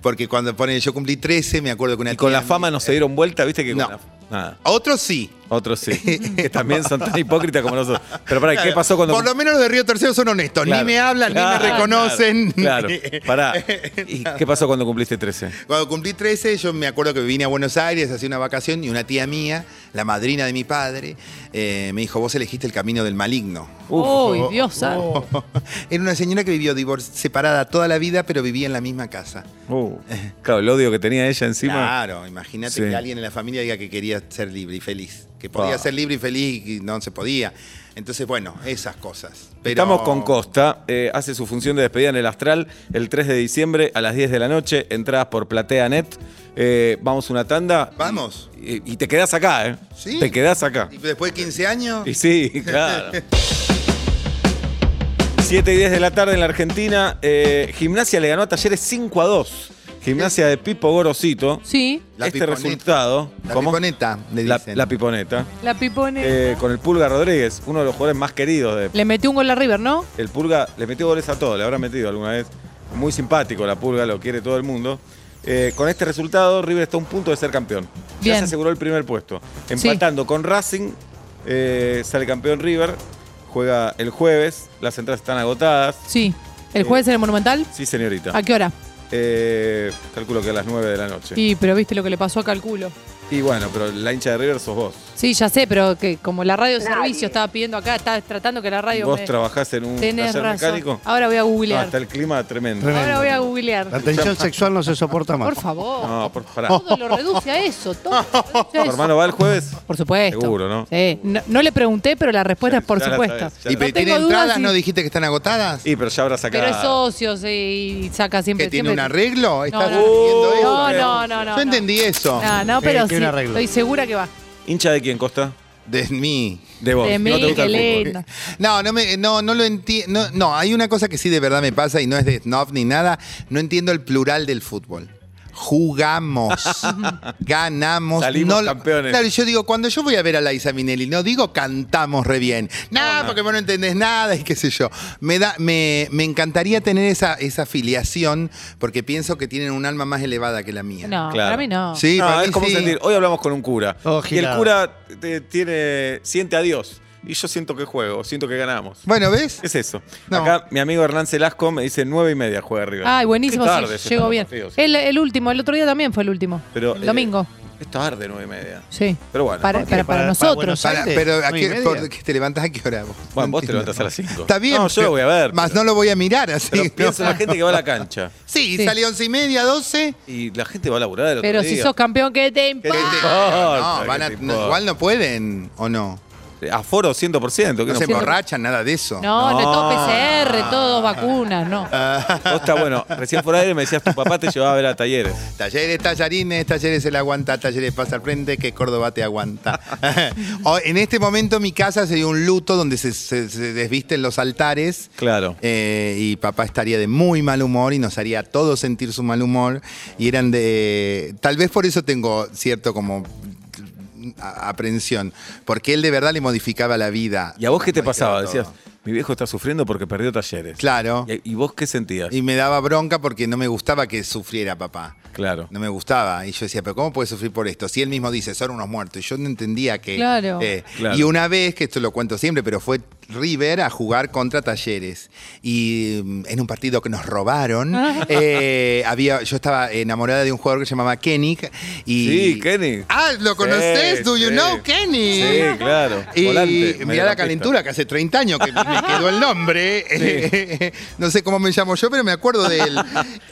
[SPEAKER 5] Porque cuando pone yo cumplí 13, me acuerdo que una
[SPEAKER 2] Y con
[SPEAKER 5] tía
[SPEAKER 2] la
[SPEAKER 5] mía-
[SPEAKER 2] fama no se dieron vuelta, viste que con
[SPEAKER 5] No.
[SPEAKER 2] la- nada.
[SPEAKER 5] Otros sí.
[SPEAKER 2] Otros sí. que también son tan hipócritas como nosotros. Pero pará, ¿qué pasó cuando.?
[SPEAKER 5] Por lo menos los de Río Tercero son honestos.
[SPEAKER 2] Claro.
[SPEAKER 5] Ni me hablan,
[SPEAKER 2] Claro,
[SPEAKER 5] ni me reconocen.
[SPEAKER 2] Claro.
[SPEAKER 5] ni-
[SPEAKER 2] claro. Pará. ¿Y qué pasó cuando cumpliste 13?
[SPEAKER 5] Cuando cumplí 13, yo me acuerdo que vine a Buenos Aires, hacía una vacación y una tía mía, la madrina de mi padre, eh, me dijo, vos elegiste el camino del maligno.
[SPEAKER 3] Uy, Dios santo.
[SPEAKER 5] Oh, Era una señora que vivió divor- separada toda la vida, pero vivía en la misma casa.
[SPEAKER 2] Uh, claro, el odio que tenía ella encima.
[SPEAKER 5] Claro, imagínate
[SPEAKER 2] Sí.
[SPEAKER 5] que alguien en la familia diga que quería ser libre y feliz. Que podía
[SPEAKER 2] Ah.
[SPEAKER 5] ser libre y feliz y no se podía. Entonces, bueno, esas cosas. Pero-
[SPEAKER 2] Estamos con Costa, eh, hace su función de despedida en el Astral el 3 de diciembre a las 10 de la noche, entradas por PlateaNet. Eh, vamos una tanda.
[SPEAKER 5] Vamos.
[SPEAKER 2] Y, y te quedás acá, ¿eh?
[SPEAKER 5] Sí.
[SPEAKER 2] Te quedás acá.
[SPEAKER 5] Y después de 15 años...
[SPEAKER 2] Y sí, claro. 7 y 10 de la tarde en la Argentina. eh, gimnasia le ganó a Talleres 5 a 2. Gimnasia de Pipo Gorosito.
[SPEAKER 3] Sí,
[SPEAKER 5] La
[SPEAKER 2] este
[SPEAKER 5] piponeta.
[SPEAKER 2] resultado.
[SPEAKER 5] La
[SPEAKER 2] ¿cómo?
[SPEAKER 5] piponeta, le
[SPEAKER 2] La,
[SPEAKER 5] dicen.
[SPEAKER 2] la piponeta.
[SPEAKER 3] la pipone.
[SPEAKER 2] Eh, con el Pulga Rodríguez, uno de los jugadores más queridos de
[SPEAKER 3] Le metió un gol a River, ¿no?
[SPEAKER 2] el Pulga le metió goles a todo, le habrá metido alguna vez. Muy simpático la Pulga, lo quiere todo el mundo. Eh, con este resultado, River está a un punto de ser campeón. Ya
[SPEAKER 3] Bien.
[SPEAKER 2] se aseguró el primer puesto. Empatando con Racing, eh, sale campeón River, juega el jueves, las entradas están agotadas.
[SPEAKER 3] Sí. ¿El jueves en el Monumental?
[SPEAKER 2] Sí, señorita.
[SPEAKER 3] ¿A qué hora?
[SPEAKER 2] Eh, calculo que a las 9 de la noche. Y,
[SPEAKER 3] Y, pero viste lo que le pasó a Calculo.
[SPEAKER 2] bueno, pero la hincha de River sos vos.
[SPEAKER 3] Sí, ya sé, pero que como la radio servicio estaba pidiendo acá, estaba tratando que la radio
[SPEAKER 2] Vos
[SPEAKER 3] me-
[SPEAKER 2] trabajás en un
[SPEAKER 3] Tenés
[SPEAKER 2] taller
[SPEAKER 3] razón.
[SPEAKER 2] mecánico.
[SPEAKER 3] Ahora voy a
[SPEAKER 2] No,
[SPEAKER 3] googlear.
[SPEAKER 2] está el clima tremendo.
[SPEAKER 4] Tremendo.
[SPEAKER 3] Ahora voy a
[SPEAKER 4] La
[SPEAKER 3] googlear.
[SPEAKER 4] tensión sexual no se soporta más.
[SPEAKER 3] Por favor.
[SPEAKER 2] No, por, pará.
[SPEAKER 3] Todo lo reduce a eso. Todo lo reduce a
[SPEAKER 2] ¿Tu
[SPEAKER 3] eso.
[SPEAKER 2] hermano va el jueves?
[SPEAKER 3] Por supuesto.
[SPEAKER 2] Seguro, ¿no?
[SPEAKER 3] Sí. No, no le pregunté, pero la respuesta es por
[SPEAKER 2] Ya la
[SPEAKER 3] supuesto.
[SPEAKER 2] sabés, ya
[SPEAKER 5] ¿Y
[SPEAKER 2] la
[SPEAKER 5] pero
[SPEAKER 3] No
[SPEAKER 5] tiene
[SPEAKER 3] tengo dudas
[SPEAKER 5] entradas?
[SPEAKER 3] y-
[SPEAKER 5] ¿No dijiste que están agotadas?
[SPEAKER 2] Y pero ya habrá sacado.
[SPEAKER 3] Pero es socio sí, y saca siempre.
[SPEAKER 5] ¿Que tiene un
[SPEAKER 3] siempre-
[SPEAKER 5] arreglo? ¿Estás
[SPEAKER 3] no,
[SPEAKER 5] pidiendo
[SPEAKER 2] no.
[SPEAKER 5] eso?
[SPEAKER 3] No, no, no, no.
[SPEAKER 5] Yo entendí eso.
[SPEAKER 3] No, no,
[SPEAKER 4] Sí,
[SPEAKER 3] pero sí.
[SPEAKER 4] tiene un arreglo.
[SPEAKER 3] Estoy segura que va.
[SPEAKER 2] ¿Hincha de quién, Costa?
[SPEAKER 5] De mí.
[SPEAKER 2] De vos.
[SPEAKER 3] De
[SPEAKER 2] no te
[SPEAKER 3] mí,
[SPEAKER 2] gusta
[SPEAKER 3] qué
[SPEAKER 2] el fútbol.
[SPEAKER 3] lindo.
[SPEAKER 5] eh, No, no, me, no, no lo entiendo. No, no, hay una cosa que sí de verdad me pasa y no es de snob ni nada. No entiendo el plural del fútbol. Jugamos, ganamos.
[SPEAKER 2] Salimos
[SPEAKER 5] no-
[SPEAKER 2] campeones.
[SPEAKER 5] Claro, y yo digo, cuando yo voy a ver a Laisa Minelli, no digo cantamos re bien. Nada, porque vos no entendés nada y qué sé yo. Me, da, me, me encantaría tener esa, esa filiación porque pienso que tienen un alma más elevada que la mía.
[SPEAKER 3] No,
[SPEAKER 2] Claro.
[SPEAKER 3] para mí no.
[SPEAKER 5] Sí,
[SPEAKER 2] no,
[SPEAKER 5] para mí
[SPEAKER 2] es como
[SPEAKER 5] sí.
[SPEAKER 2] sentir. Hoy hablamos con un cura.
[SPEAKER 4] Todo
[SPEAKER 2] y el
[SPEAKER 4] girado.
[SPEAKER 2] cura te- tiene, siente a Dios. Y yo siento que juego, siento que ganamos.
[SPEAKER 5] Bueno, ¿ves?
[SPEAKER 2] Es eso.
[SPEAKER 5] No.
[SPEAKER 2] Acá mi amigo Hernán Celasco me dice nueve y media juega River.
[SPEAKER 3] Ay, buenísimo,
[SPEAKER 2] Qué tarde
[SPEAKER 3] sí,
[SPEAKER 2] se
[SPEAKER 3] llegó
[SPEAKER 2] están
[SPEAKER 3] bien.
[SPEAKER 2] los partidos.
[SPEAKER 3] El, el último, el otro día también fue el último.
[SPEAKER 2] Pero,
[SPEAKER 3] El
[SPEAKER 2] eh,
[SPEAKER 3] domingo.
[SPEAKER 2] es tarde nueve y media.
[SPEAKER 3] Sí.
[SPEAKER 2] Pero bueno.
[SPEAKER 3] Para-
[SPEAKER 4] ¿Por qué?
[SPEAKER 3] para nosotros.
[SPEAKER 4] Buenos
[SPEAKER 5] Para,
[SPEAKER 4] Aires,
[SPEAKER 5] pero ¿a
[SPEAKER 4] nueve y
[SPEAKER 5] qué-
[SPEAKER 4] media.
[SPEAKER 5] por qué te levantás a qué hora vos?
[SPEAKER 2] Bueno,
[SPEAKER 5] No
[SPEAKER 2] vos te
[SPEAKER 5] entiendo.
[SPEAKER 2] levantás a las cinco.
[SPEAKER 5] Está bien.
[SPEAKER 2] No, yo lo
[SPEAKER 5] pero-
[SPEAKER 2] voy a ver.
[SPEAKER 5] Más
[SPEAKER 2] pero-
[SPEAKER 5] no lo voy a mirar así.
[SPEAKER 2] Pero piensa en la
[SPEAKER 5] No.
[SPEAKER 2] gente que va a la cancha.
[SPEAKER 5] Sí,
[SPEAKER 3] Sí.
[SPEAKER 5] salió once y media, doce.
[SPEAKER 2] Y la gente va a laburar el otro
[SPEAKER 3] Pero si
[SPEAKER 2] día.
[SPEAKER 3] sos campeón, que te
[SPEAKER 2] ¿Qué te
[SPEAKER 3] impacta.
[SPEAKER 2] importa?
[SPEAKER 5] No, van a-
[SPEAKER 2] ¿Qué te
[SPEAKER 5] no,
[SPEAKER 2] importa?
[SPEAKER 5] igual no pueden, ¿o no?
[SPEAKER 2] Aforo 100%. ¿qué
[SPEAKER 5] No
[SPEAKER 2] nos
[SPEAKER 5] se
[SPEAKER 2] pasa?
[SPEAKER 5] emborrachan, nada de eso.
[SPEAKER 3] No, no,
[SPEAKER 2] No. Ah.
[SPEAKER 3] todo PCR, todo vacunas, no.
[SPEAKER 2] Costa, bueno, recién por aire me decías tu papá te llevaba a ver a talleres.
[SPEAKER 5] Talleres, tallarines, talleres el aguanta, talleres pasa al frente, que Córdoba te aguanta. O- en este momento mi casa sería un luto donde se, se- se desvisten los altares.
[SPEAKER 2] Claro.
[SPEAKER 5] Eh, y papá estaría de muy mal humor y nos haría a todos sentir su mal humor. Y eran de. Tal vez por eso tengo cierto como a- aprensión. Porque él de verdad le modificaba la vida.
[SPEAKER 2] ¿Y a vos qué te pasaba?
[SPEAKER 5] Todo.
[SPEAKER 2] Decías, mi viejo está sufriendo porque perdió talleres.
[SPEAKER 5] Claro.
[SPEAKER 2] ¿Y, y vos qué sentías?
[SPEAKER 5] Y me daba bronca porque no me gustaba que sufriera papá.
[SPEAKER 2] Claro.
[SPEAKER 5] No me gustaba. Y yo decía, pero ¿cómo puede sufrir por esto? Si él mismo dice, son unos muertos. Y yo no entendía que... eh,
[SPEAKER 3] Claro.
[SPEAKER 2] Claro.
[SPEAKER 5] Y una vez, que esto lo cuento siempre, pero fue River a jugar contra Talleres. Y mm, en un partido que nos robaron, eh, había, yo estaba enamorada de un jugador que se llamaba Kenny. Y,
[SPEAKER 2] Sí, Kenny.
[SPEAKER 5] Ah, ¿lo conoces?
[SPEAKER 2] Sí,
[SPEAKER 5] ¿Do you
[SPEAKER 2] sí.
[SPEAKER 5] know Kenny?
[SPEAKER 2] Sí, claro.
[SPEAKER 5] Y
[SPEAKER 2] Volante,
[SPEAKER 5] mirá la
[SPEAKER 2] mediocampista.
[SPEAKER 5] calentura que hace 30 años que me quedó el nombre. no sé cómo me llamo yo, pero me acuerdo de él.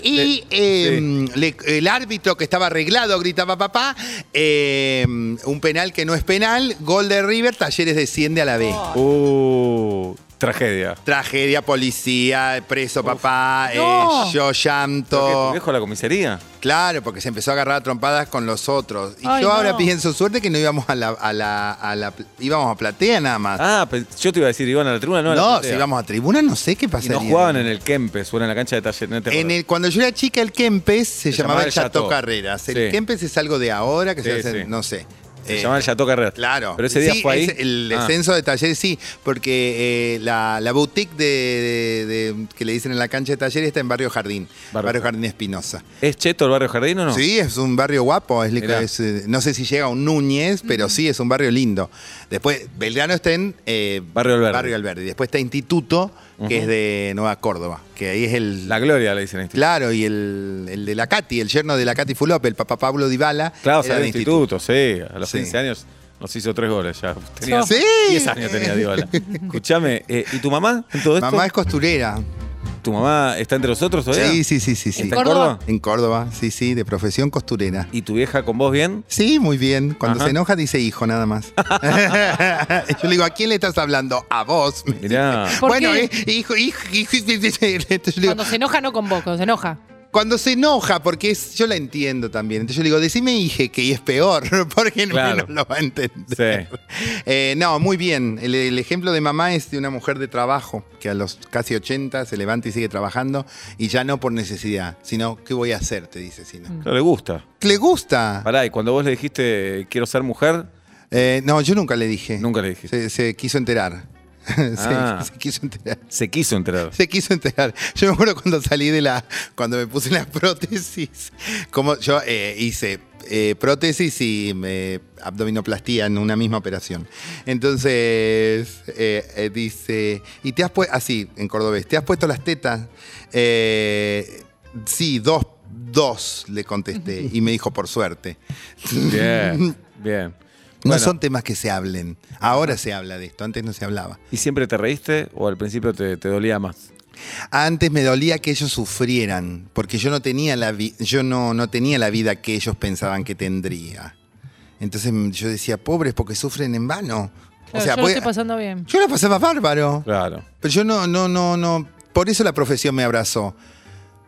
[SPEAKER 5] Y eh, le- el árbitro que estaba arreglado gritaba papá. eh, un penal que no es penal. Gol de River, Talleres desciende a la B.
[SPEAKER 2] Oh. Uh, tragedia.
[SPEAKER 5] Tragedia, policía, preso papá, eh,
[SPEAKER 3] No.
[SPEAKER 5] yo
[SPEAKER 2] ¿Por
[SPEAKER 5] llanto.
[SPEAKER 2] qué dejó la comisaría?
[SPEAKER 5] Claro, porque se empezó a agarrar a trompadas con los otros. Y
[SPEAKER 3] Ay,
[SPEAKER 5] yo ahora
[SPEAKER 3] no.
[SPEAKER 5] pienso suerte que no íbamos a la, a la, a la pl- íbamos a platea nada más.
[SPEAKER 2] Ah, pe- yo te iba a decir, iban a la tribuna, no a la
[SPEAKER 5] no,
[SPEAKER 2] platea.
[SPEAKER 5] si íbamos a tribuna no sé qué
[SPEAKER 2] Y
[SPEAKER 5] pasaría.
[SPEAKER 2] no jugaban en el Kempes, o en la cancha de taller. no te
[SPEAKER 5] En
[SPEAKER 2] acordás.
[SPEAKER 5] el- cuando yo era chica, el Kempes se, llamaba, el Chateau
[SPEAKER 2] Chateau.
[SPEAKER 5] Carreras. El
[SPEAKER 2] Sí.
[SPEAKER 5] Kempes es algo de ahora que se
[SPEAKER 2] Sí,
[SPEAKER 5] hace,
[SPEAKER 2] sí.
[SPEAKER 5] no sé.
[SPEAKER 2] Se
[SPEAKER 5] Eh,
[SPEAKER 2] llamaba el Chateau Carreras.
[SPEAKER 5] Claro.
[SPEAKER 2] Pero ese día
[SPEAKER 5] Sí,
[SPEAKER 2] fue ahí.
[SPEAKER 5] ese- el
[SPEAKER 2] Ah.
[SPEAKER 5] descenso de talleres, sí, porque eh, la, la boutique de, de- de- que le dicen en la cancha de talleres está en Barrio Jardín.
[SPEAKER 2] Barrio
[SPEAKER 5] Barrio, Jardín Espinosa.
[SPEAKER 2] ¿Es cheto el barrio Jardín o no?
[SPEAKER 5] Sí, es un barrio guapo. es-
[SPEAKER 2] Mirá.
[SPEAKER 5] es, eh, no sé si llega a un Núñez, pero sí, es un barrio lindo. Después, Belgrano está en eh,
[SPEAKER 2] Barrio Alberdi.
[SPEAKER 5] Alberdi. Después está Instituto, que es de Nueva Córdoba, que ahí es el...
[SPEAKER 2] La gloria le dicen. Claro,
[SPEAKER 5] Claro, y el, el de la Cati, el yerno de la Cati Fulope, el papá Pablo Dybala.
[SPEAKER 2] claro
[SPEAKER 5] era
[SPEAKER 2] salió
[SPEAKER 5] de
[SPEAKER 2] del instituto, sí. A los
[SPEAKER 5] Sí.
[SPEAKER 2] 15 años nos hizo tres goles ya. Tenía
[SPEAKER 5] Sí.
[SPEAKER 2] 10 años tenía Diola. Escuchame, eh, ¿y tu mamá en todo esto?
[SPEAKER 5] Mamá es costurera.
[SPEAKER 2] ¿Tu mamá está entre nosotros todavía?
[SPEAKER 5] Sí, sí, sí, sí, sí.
[SPEAKER 2] ¿Está en
[SPEAKER 3] Córdoba?
[SPEAKER 2] Córdoba?
[SPEAKER 5] En Córdoba, sí, sí, de profesión costurera.
[SPEAKER 2] ¿Y tu vieja con vos bien?
[SPEAKER 5] Sí, muy bien. Cuando
[SPEAKER 2] Ajá.
[SPEAKER 5] se enoja dice hijo nada más. Yo le digo, ¿a quién le estás hablando? A vos. me
[SPEAKER 2] Mirá.
[SPEAKER 5] dice.
[SPEAKER 3] ¿Por
[SPEAKER 5] bueno,
[SPEAKER 3] qué?
[SPEAKER 5] eh, hijo, hijo, hijo. Entonces yo le digo,
[SPEAKER 3] Cuando se enoja, no con vos, cuando se enoja.
[SPEAKER 5] Cuando se enoja, porque es- yo la entiendo también. Entonces yo le digo, decime hije, que es peor, porque no-
[SPEAKER 2] Claro.
[SPEAKER 5] no lo va a entender. Eh, no, muy bien. El, el ejemplo de mamá es de una mujer de trabajo, que a los casi 80 se levanta y sigue trabajando, y ya no por necesidad, sino, ¿qué voy a hacer? Te dice
[SPEAKER 3] Mm.
[SPEAKER 5] Sina.
[SPEAKER 2] No le gusta.
[SPEAKER 5] ¿Le gusta?
[SPEAKER 2] Pará, y cuando vos le dijiste quiero ser mujer,
[SPEAKER 5] Eh, no, yo nunca le dije.
[SPEAKER 2] nunca le dijiste.
[SPEAKER 5] Se, se quiso enterar. Se-
[SPEAKER 2] Ah.
[SPEAKER 5] se quiso enterar.
[SPEAKER 2] Se quiso enterar.
[SPEAKER 5] Se quiso enterar. Yo me acuerdo cuando salí de la. cuando me puse la prótesis. Como yo eh, hice eh, prótesis y me- abdominoplastía en una misma operación. Entonces eh, eh, dice. Y te has puesto. Así, en cordobés. ¿Te has puesto las tetas? Eh, sí, dos. Dos le contesté y me dijo por suerte.
[SPEAKER 2] Bien, bien.
[SPEAKER 5] No
[SPEAKER 2] Bueno,
[SPEAKER 5] son temas que se hablen. Ahora se habla de esto, antes no se hablaba.
[SPEAKER 2] ¿Y siempre te reíste o al principio te, te dolía más?
[SPEAKER 5] Antes me dolía que ellos sufrieran, porque yo no tenía la vi- yo no, no tenía la vida que ellos pensaban que tendría. Entonces mm, yo decía, pobres porque sufren en vano.
[SPEAKER 3] Claro, yo lo
[SPEAKER 5] voy-
[SPEAKER 3] estoy pasando bien.
[SPEAKER 5] yo la pasaba bárbaro.
[SPEAKER 2] Claro.
[SPEAKER 5] Pero yo no, no, no, no. Por eso la profesión me abrazó.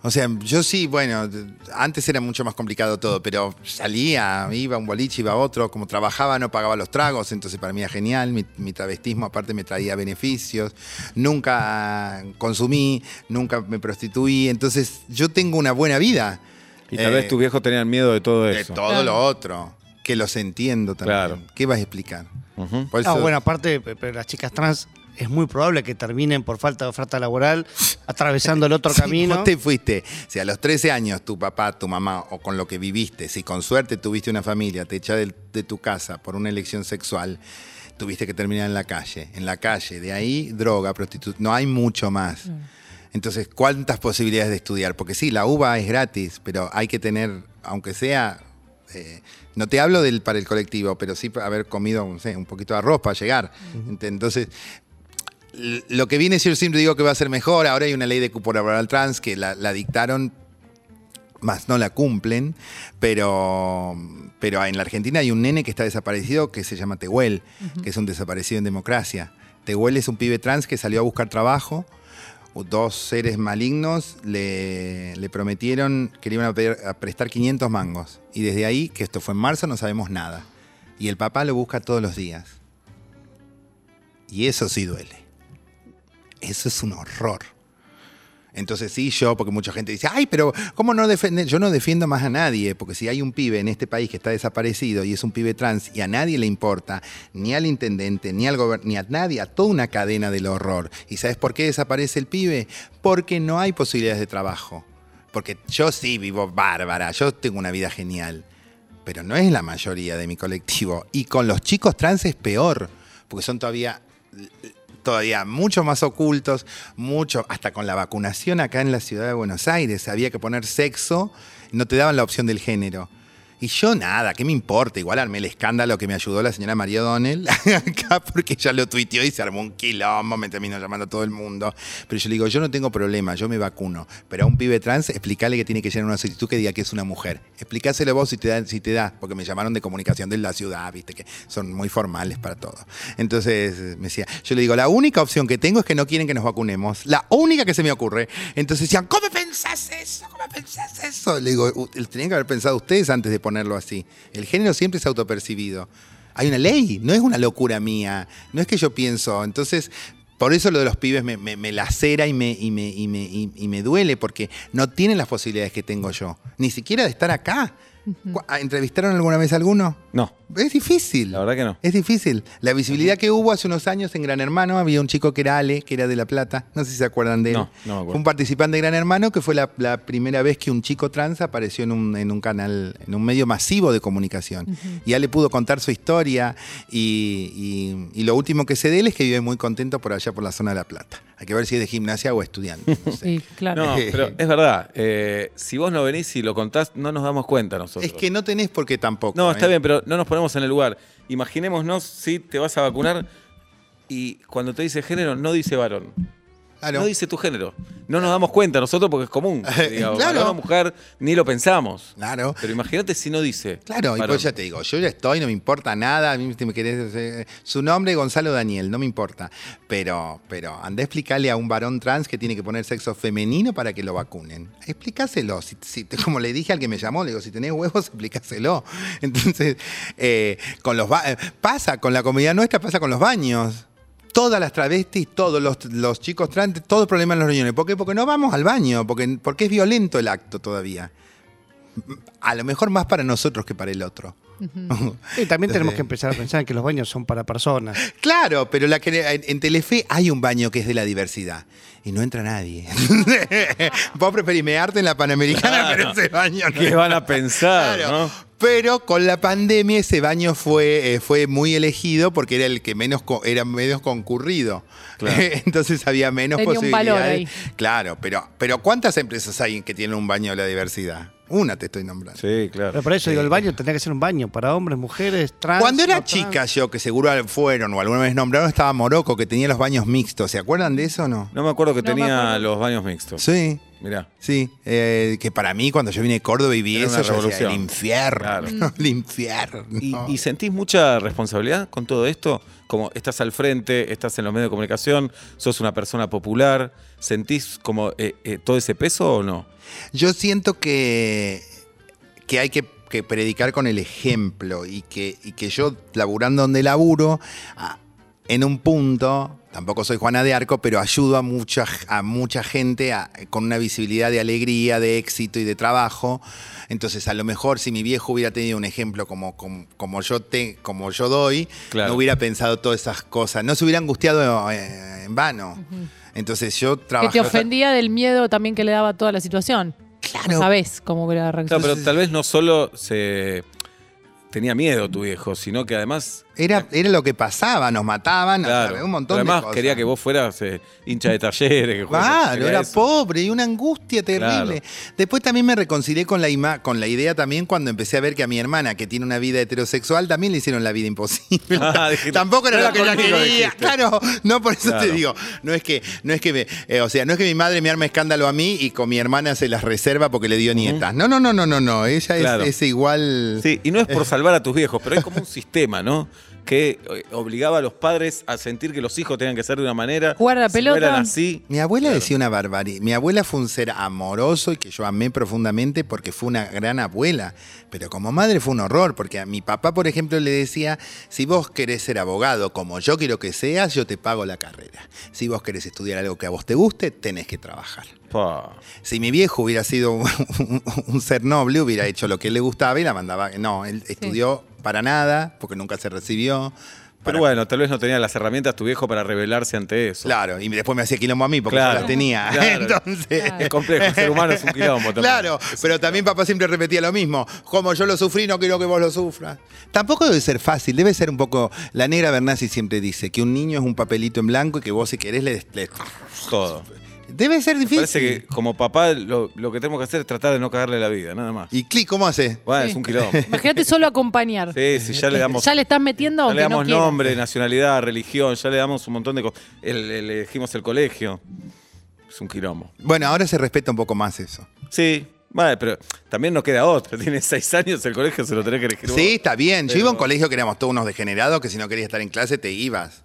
[SPEAKER 5] O sea, yo sí, bueno, antes era mucho más complicado todo, pero salía, iba a un boliche, iba a otro, como trabajaba no pagaba los tragos, entonces para mí era genial, mi, mi travestismo aparte me traía beneficios, nunca consumí, nunca me prostituí, entonces yo tengo una buena vida.
[SPEAKER 2] Y tal
[SPEAKER 5] Eh,
[SPEAKER 2] vez tus viejos tenían miedo de todo
[SPEAKER 5] De
[SPEAKER 2] eso.
[SPEAKER 5] todo lo otro, que los entiendo también.
[SPEAKER 2] Claro.
[SPEAKER 5] ¿Qué vas a explicar?
[SPEAKER 2] Ujú.
[SPEAKER 5] Por
[SPEAKER 4] Ah,
[SPEAKER 5] eso-
[SPEAKER 4] bueno, aparte, pe- pero las chicas trans es muy probable que terminen por falta de oferta laboral atravesando el otro
[SPEAKER 5] Sí,
[SPEAKER 4] camino.
[SPEAKER 5] Vos te fuiste. Si a los 13 años tu papá, tu mamá o con lo que viviste, si con suerte tuviste una familia, te echa del- de, tu casa por una elección sexual, tuviste que terminar en la calle. En la calle, de ahí droga, prostitución. No hay mucho más.
[SPEAKER 4] Mm.
[SPEAKER 5] Entonces, ¿cuántas posibilidades de estudiar? Porque sí, la UBA es gratis, pero hay que tener, aunque sea. eh, no te hablo del para el colectivo, pero sí para haber comido no sé, un poquito de arroz para llegar. Ent- Entonces, l- lo que viene yo siempre digo que va a ser mejor. Ahora hay una ley de cupo laboral trans que la, la dictaron, más no la cumplen, pero, pero en la Argentina hay un nene que está desaparecido que se llama Tehuel, que es un desaparecido en democracia. Tehuel es un pibe trans que salió a buscar trabajo. Dos seres malignos le, le prometieron que le iban a, pe- a prestar 500 mangos. Y desde ahí, que esto fue en marzo, no sabemos nada. Y el papá lo busca todos los días. Y eso sí duele. Eso es un horror. Entonces sí, yo, porque mucha gente dice, ay, pero ¿cómo no defender? Yo no defiendo más a nadie, porque si hay un pibe en este país que está desaparecido y es un pibe trans y a nadie le importa, ni al intendente, ni al gobierno, ni a nadie, a toda una cadena del horror. ¿Y sabes por qué desaparece el pibe? Porque no hay posibilidades de trabajo. Porque yo sí vivo bárbara, yo tengo una vida genial pero no es la mayoría de mi colectivo. Y con los chicos trans es peor, porque son todavía, todavía mucho más ocultos, mucho, hasta con la vacunación acá en la ciudad de Buenos Aires, había que poner sexo, no te daban la opción del género. Y yo nada, ¿qué me importa? Igual armé el escándalo que me ayudó la señora María Donnell acá porque ella lo tuiteó y se armó un quilombo, me terminó llamando a todo el mundo. Pero yo le digo, yo no tengo problema, yo me vacuno. Pero a un pibe trans, explicarle que tiene que llenar una solicitud que diga que es una mujer. Explicáselo vos si te da, si te da, porque me llamaron de comunicación de la ciudad, viste, que son muy formales para todo. Entonces eh, me decía, yo le digo, la única opción que tengo es que no quieren que nos vacunemos. La única que se me ocurre. Entonces decían, ¿cómo pensás eso? ¿Cómo pensás eso? Le digo, "U- tenían que haber pensado ustedes antes de ponerlo así. El género siempre es autopercibido. Hay una ley, no es una locura mía, no es que yo pienso. Entonces, por eso lo de los pibes me, me- me lacera y me, y, me, y me- y- y me duele, porque no tienen las posibilidades que tengo yo, ni siquiera de estar acá. ¿Cu- ah, ¿Entrevistaron alguna vez a alguno?
[SPEAKER 2] No.
[SPEAKER 5] Es difícil.
[SPEAKER 2] La verdad que no.
[SPEAKER 5] Es difícil. La visibilidad que hubo hace unos años en Gran Hermano, había un chico que era Ale, que era de La Plata, no sé si se acuerdan de él.
[SPEAKER 2] No, no me acuerdo.
[SPEAKER 5] Fue un participante de Gran Hermano que fue la, la primera vez que un chico trans apareció en un, en un canal, en un medio masivo de comunicación. Y Ale pudo contar su historia y, y- y lo último que sé de él es que vive muy contento por allá por la zona de La Plata. Hay que ver si es de gimnasia o estudiante. no sé.
[SPEAKER 3] Sí, claro.
[SPEAKER 2] No, pero es verdad. eh, si vos no venís y lo contás, no nos damos cuenta nosotros.
[SPEAKER 5] Es que no tenés por qué tampoco.
[SPEAKER 2] No, está
[SPEAKER 5] ¿eh?
[SPEAKER 2] bien, pero no nos ponemos en el lugar. Imaginémonos si te vas a vacunar y cuando te dice género, no dice varón.
[SPEAKER 5] Claro. Eh,
[SPEAKER 2] No dice tu género. No nos damos cuenta nosotros porque es común. Digamos,
[SPEAKER 5] Claro.
[SPEAKER 2] varón o mujer, ni lo pensamos.
[SPEAKER 5] Claro.
[SPEAKER 2] Pero imagínate si no dice.
[SPEAKER 5] Claro, y
[SPEAKER 2] varón.
[SPEAKER 5] pues ya te digo, yo ya estoy, no me importa nada, a mí si me querés, eh, su nombre Gonzalo Daniel, no me importa, pero pero anda a explicarle a un varón trans que tiene que poner sexo femenino para que lo vacunen. Explícaselo, si, si- como le dije al que me llamó, le digo, si tenés huevos, explícaselo. Entonces, eh, con los ba- eh, pasa con la comunidad nuestra, pasa con los baños. Todas las travestis, todos los, los chicos trans, todo problema en los riñones. ¿Por qué? Porque no vamos al baño, porque, porque es violento el acto todavía. A lo mejor más para nosotros que para el otro.
[SPEAKER 4] Y también tenemos que empezar a pensar que los baños son para personas.
[SPEAKER 5] Claro, pero la que, en, en Telefe hay un baño que es de la diversidad y no entra nadie. Vos preferís mearte en la Panamericana, pero ese baño no.
[SPEAKER 2] ¿Qué van a pensar?
[SPEAKER 5] Claro.
[SPEAKER 2] no?
[SPEAKER 5] Pero con la pandemia ese baño fue, eh, fue muy elegido porque era el que menos co- era menos concurrido.
[SPEAKER 2] Claro.
[SPEAKER 5] Entonces había menos
[SPEAKER 3] Tenía un valor
[SPEAKER 5] posibilidades.
[SPEAKER 3] ahí.
[SPEAKER 5] Claro, pero, pero ¿cuántas empresas hay que tienen un baño de la diversidad? Una te estoy nombrando.
[SPEAKER 2] Sí, claro.
[SPEAKER 4] Pero por eso digo, el baño tendría que ser un baño para hombres, mujeres, trans.
[SPEAKER 5] Cuando era
[SPEAKER 4] no trans.
[SPEAKER 5] chica yo, que seguro fueron o alguna vez nombraron, estaba Morocco, que tenía los baños mixtos. ¿Se acuerdan de eso o no?
[SPEAKER 2] No me acuerdo que
[SPEAKER 3] No me
[SPEAKER 2] tenía
[SPEAKER 3] acuerdo.
[SPEAKER 2] los baños mixtos.
[SPEAKER 5] Sí.
[SPEAKER 2] Mirá.
[SPEAKER 5] Sí, eh, que para mí cuando yo vine de Córdoba y vi
[SPEAKER 2] Era una
[SPEAKER 5] eso, yo decía,
[SPEAKER 2] revolución.
[SPEAKER 5] el infierno,
[SPEAKER 2] Claro.
[SPEAKER 5] el infierno.
[SPEAKER 2] ¿Y, y sentís mucha responsabilidad con todo esto? Como estás al frente, estás en los medios de comunicación, sos una persona popular, ¿sentís como eh, eh, todo ese peso o no?
[SPEAKER 5] Yo siento que, que hay que, que predicar con el ejemplo y que, y que yo, laburando donde laburo, a- en un punto, tampoco soy Juana de Arco, pero ayudo a mucha, a mucha gente a- con una visibilidad de alegría, de éxito y de trabajo. Entonces, a lo mejor si mi viejo hubiera tenido un ejemplo como, como, como yo, te, como yo doy,
[SPEAKER 2] Claro.
[SPEAKER 5] no hubiera pensado todas esas cosas, no se hubiera angustiado eh, en vano. Entonces yo
[SPEAKER 3] Que
[SPEAKER 5] trabajé...
[SPEAKER 3] te ofendía del miedo también que le daba a toda la situación.
[SPEAKER 5] Claro.
[SPEAKER 3] No sabés cómo era la reacción.
[SPEAKER 2] Claro, pero tal vez no solo se tenía miedo tu viejo, sino que además.
[SPEAKER 5] Era, era lo que pasaba, nos mataban,
[SPEAKER 2] Claro,
[SPEAKER 5] un montón
[SPEAKER 2] pero además
[SPEAKER 5] de cosas.
[SPEAKER 2] quería que vos fueras eh, hincha de talleres. Que juegues-
[SPEAKER 5] Claro, era
[SPEAKER 2] eso.
[SPEAKER 5] pobre y una angustia terrible.
[SPEAKER 2] Claro.
[SPEAKER 5] Después también me reconcilié con la, ima- con la idea también cuando empecé a ver que a mi hermana, que tiene una vida heterosexual, también le hicieron la vida imposible.
[SPEAKER 2] Ah, dijiste,
[SPEAKER 5] Tampoco era
[SPEAKER 2] no
[SPEAKER 5] lo
[SPEAKER 2] era
[SPEAKER 5] que ella
[SPEAKER 2] conmigo,
[SPEAKER 5] quería.
[SPEAKER 2] dijiste.
[SPEAKER 5] Claro, no por eso
[SPEAKER 2] Claro.
[SPEAKER 5] te digo. No es que, no es que me- eh, o sea, no es que mi madre me arma escándalo a mí y con mi hermana se las reserva porque le dio nietas. No, no, no, no, no, no. Ella es-
[SPEAKER 2] Claro.
[SPEAKER 5] es, igual.
[SPEAKER 2] Sí, y no es por salvar a tus viejos, pero es como un sistema, ¿no? Que eh, obligaba a los padres a sentir que los hijos tenían que ser de una manera.
[SPEAKER 3] Jugar a la
[SPEAKER 2] si
[SPEAKER 3] pelota.
[SPEAKER 2] No eran así.
[SPEAKER 5] Mi abuela decía una barbaridad. Mi abuela fue un ser amoroso y que yo amé profundamente porque fue una gran abuela. Pero como madre fue un horror, porque a mi papá, por ejemplo, le decía, si vos querés ser abogado como yo quiero que seas, yo te pago la carrera. Si vos querés estudiar algo que a vos te guste, tenés que trabajar.
[SPEAKER 2] Pa.
[SPEAKER 5] Si mi viejo hubiera sido un, un- un ser noble, hubiera hecho lo que le gustaba y la mandaba. No, él estudió para nada, porque nunca se recibió.
[SPEAKER 2] Pero
[SPEAKER 5] Para-
[SPEAKER 2] bueno, tal vez no tenía las herramientas tu viejo para rebelarse ante eso.
[SPEAKER 5] Claro, y después me hacía quilombo a mí porque
[SPEAKER 2] Claro.
[SPEAKER 5] yo las tenía.
[SPEAKER 2] Claro.
[SPEAKER 5] Entonces.
[SPEAKER 2] Es complejo, el ser humano es un quilombo también.
[SPEAKER 5] Claro, pero también papá siempre repetía lo mismo. Como yo lo sufrí, no quiero que vos lo sufras. Tampoco debe ser fácil, debe ser un poco. La negra Bernasi siempre dice que un niño es un papelito en blanco y que vos, si querés, le. le-
[SPEAKER 2] Todo.
[SPEAKER 5] Debe ser
[SPEAKER 2] Me parece que
[SPEAKER 5] difícil.
[SPEAKER 2] como papá lo, lo que tenemos que hacer es tratar de no cagarle la vida, nada más.
[SPEAKER 5] ¿Y Cli cómo hace?
[SPEAKER 2] Bueno,
[SPEAKER 3] Sí.
[SPEAKER 2] es un quilombo.
[SPEAKER 3] Imagínate solo acompañar.
[SPEAKER 2] Sí, sí, ya le damos.
[SPEAKER 3] Ya le estás metiendo
[SPEAKER 2] ya le
[SPEAKER 3] aunque no
[SPEAKER 2] damos
[SPEAKER 3] quiera.
[SPEAKER 2] nombre, nacionalidad, religión, ya le damos un montón de cosas. Elegimos el colegio. Es un quilombo.
[SPEAKER 5] Bueno, ahora se respeta un poco más eso.
[SPEAKER 2] Sí, vale, pero también no queda otro. Tiene seis años, el colegio se lo tenés que elegir vos.
[SPEAKER 5] Sí, está bien. Yo iba a un
[SPEAKER 2] Pero-
[SPEAKER 5] colegio que éramos todos unos degenerados que si no querías estar en clase te ibas.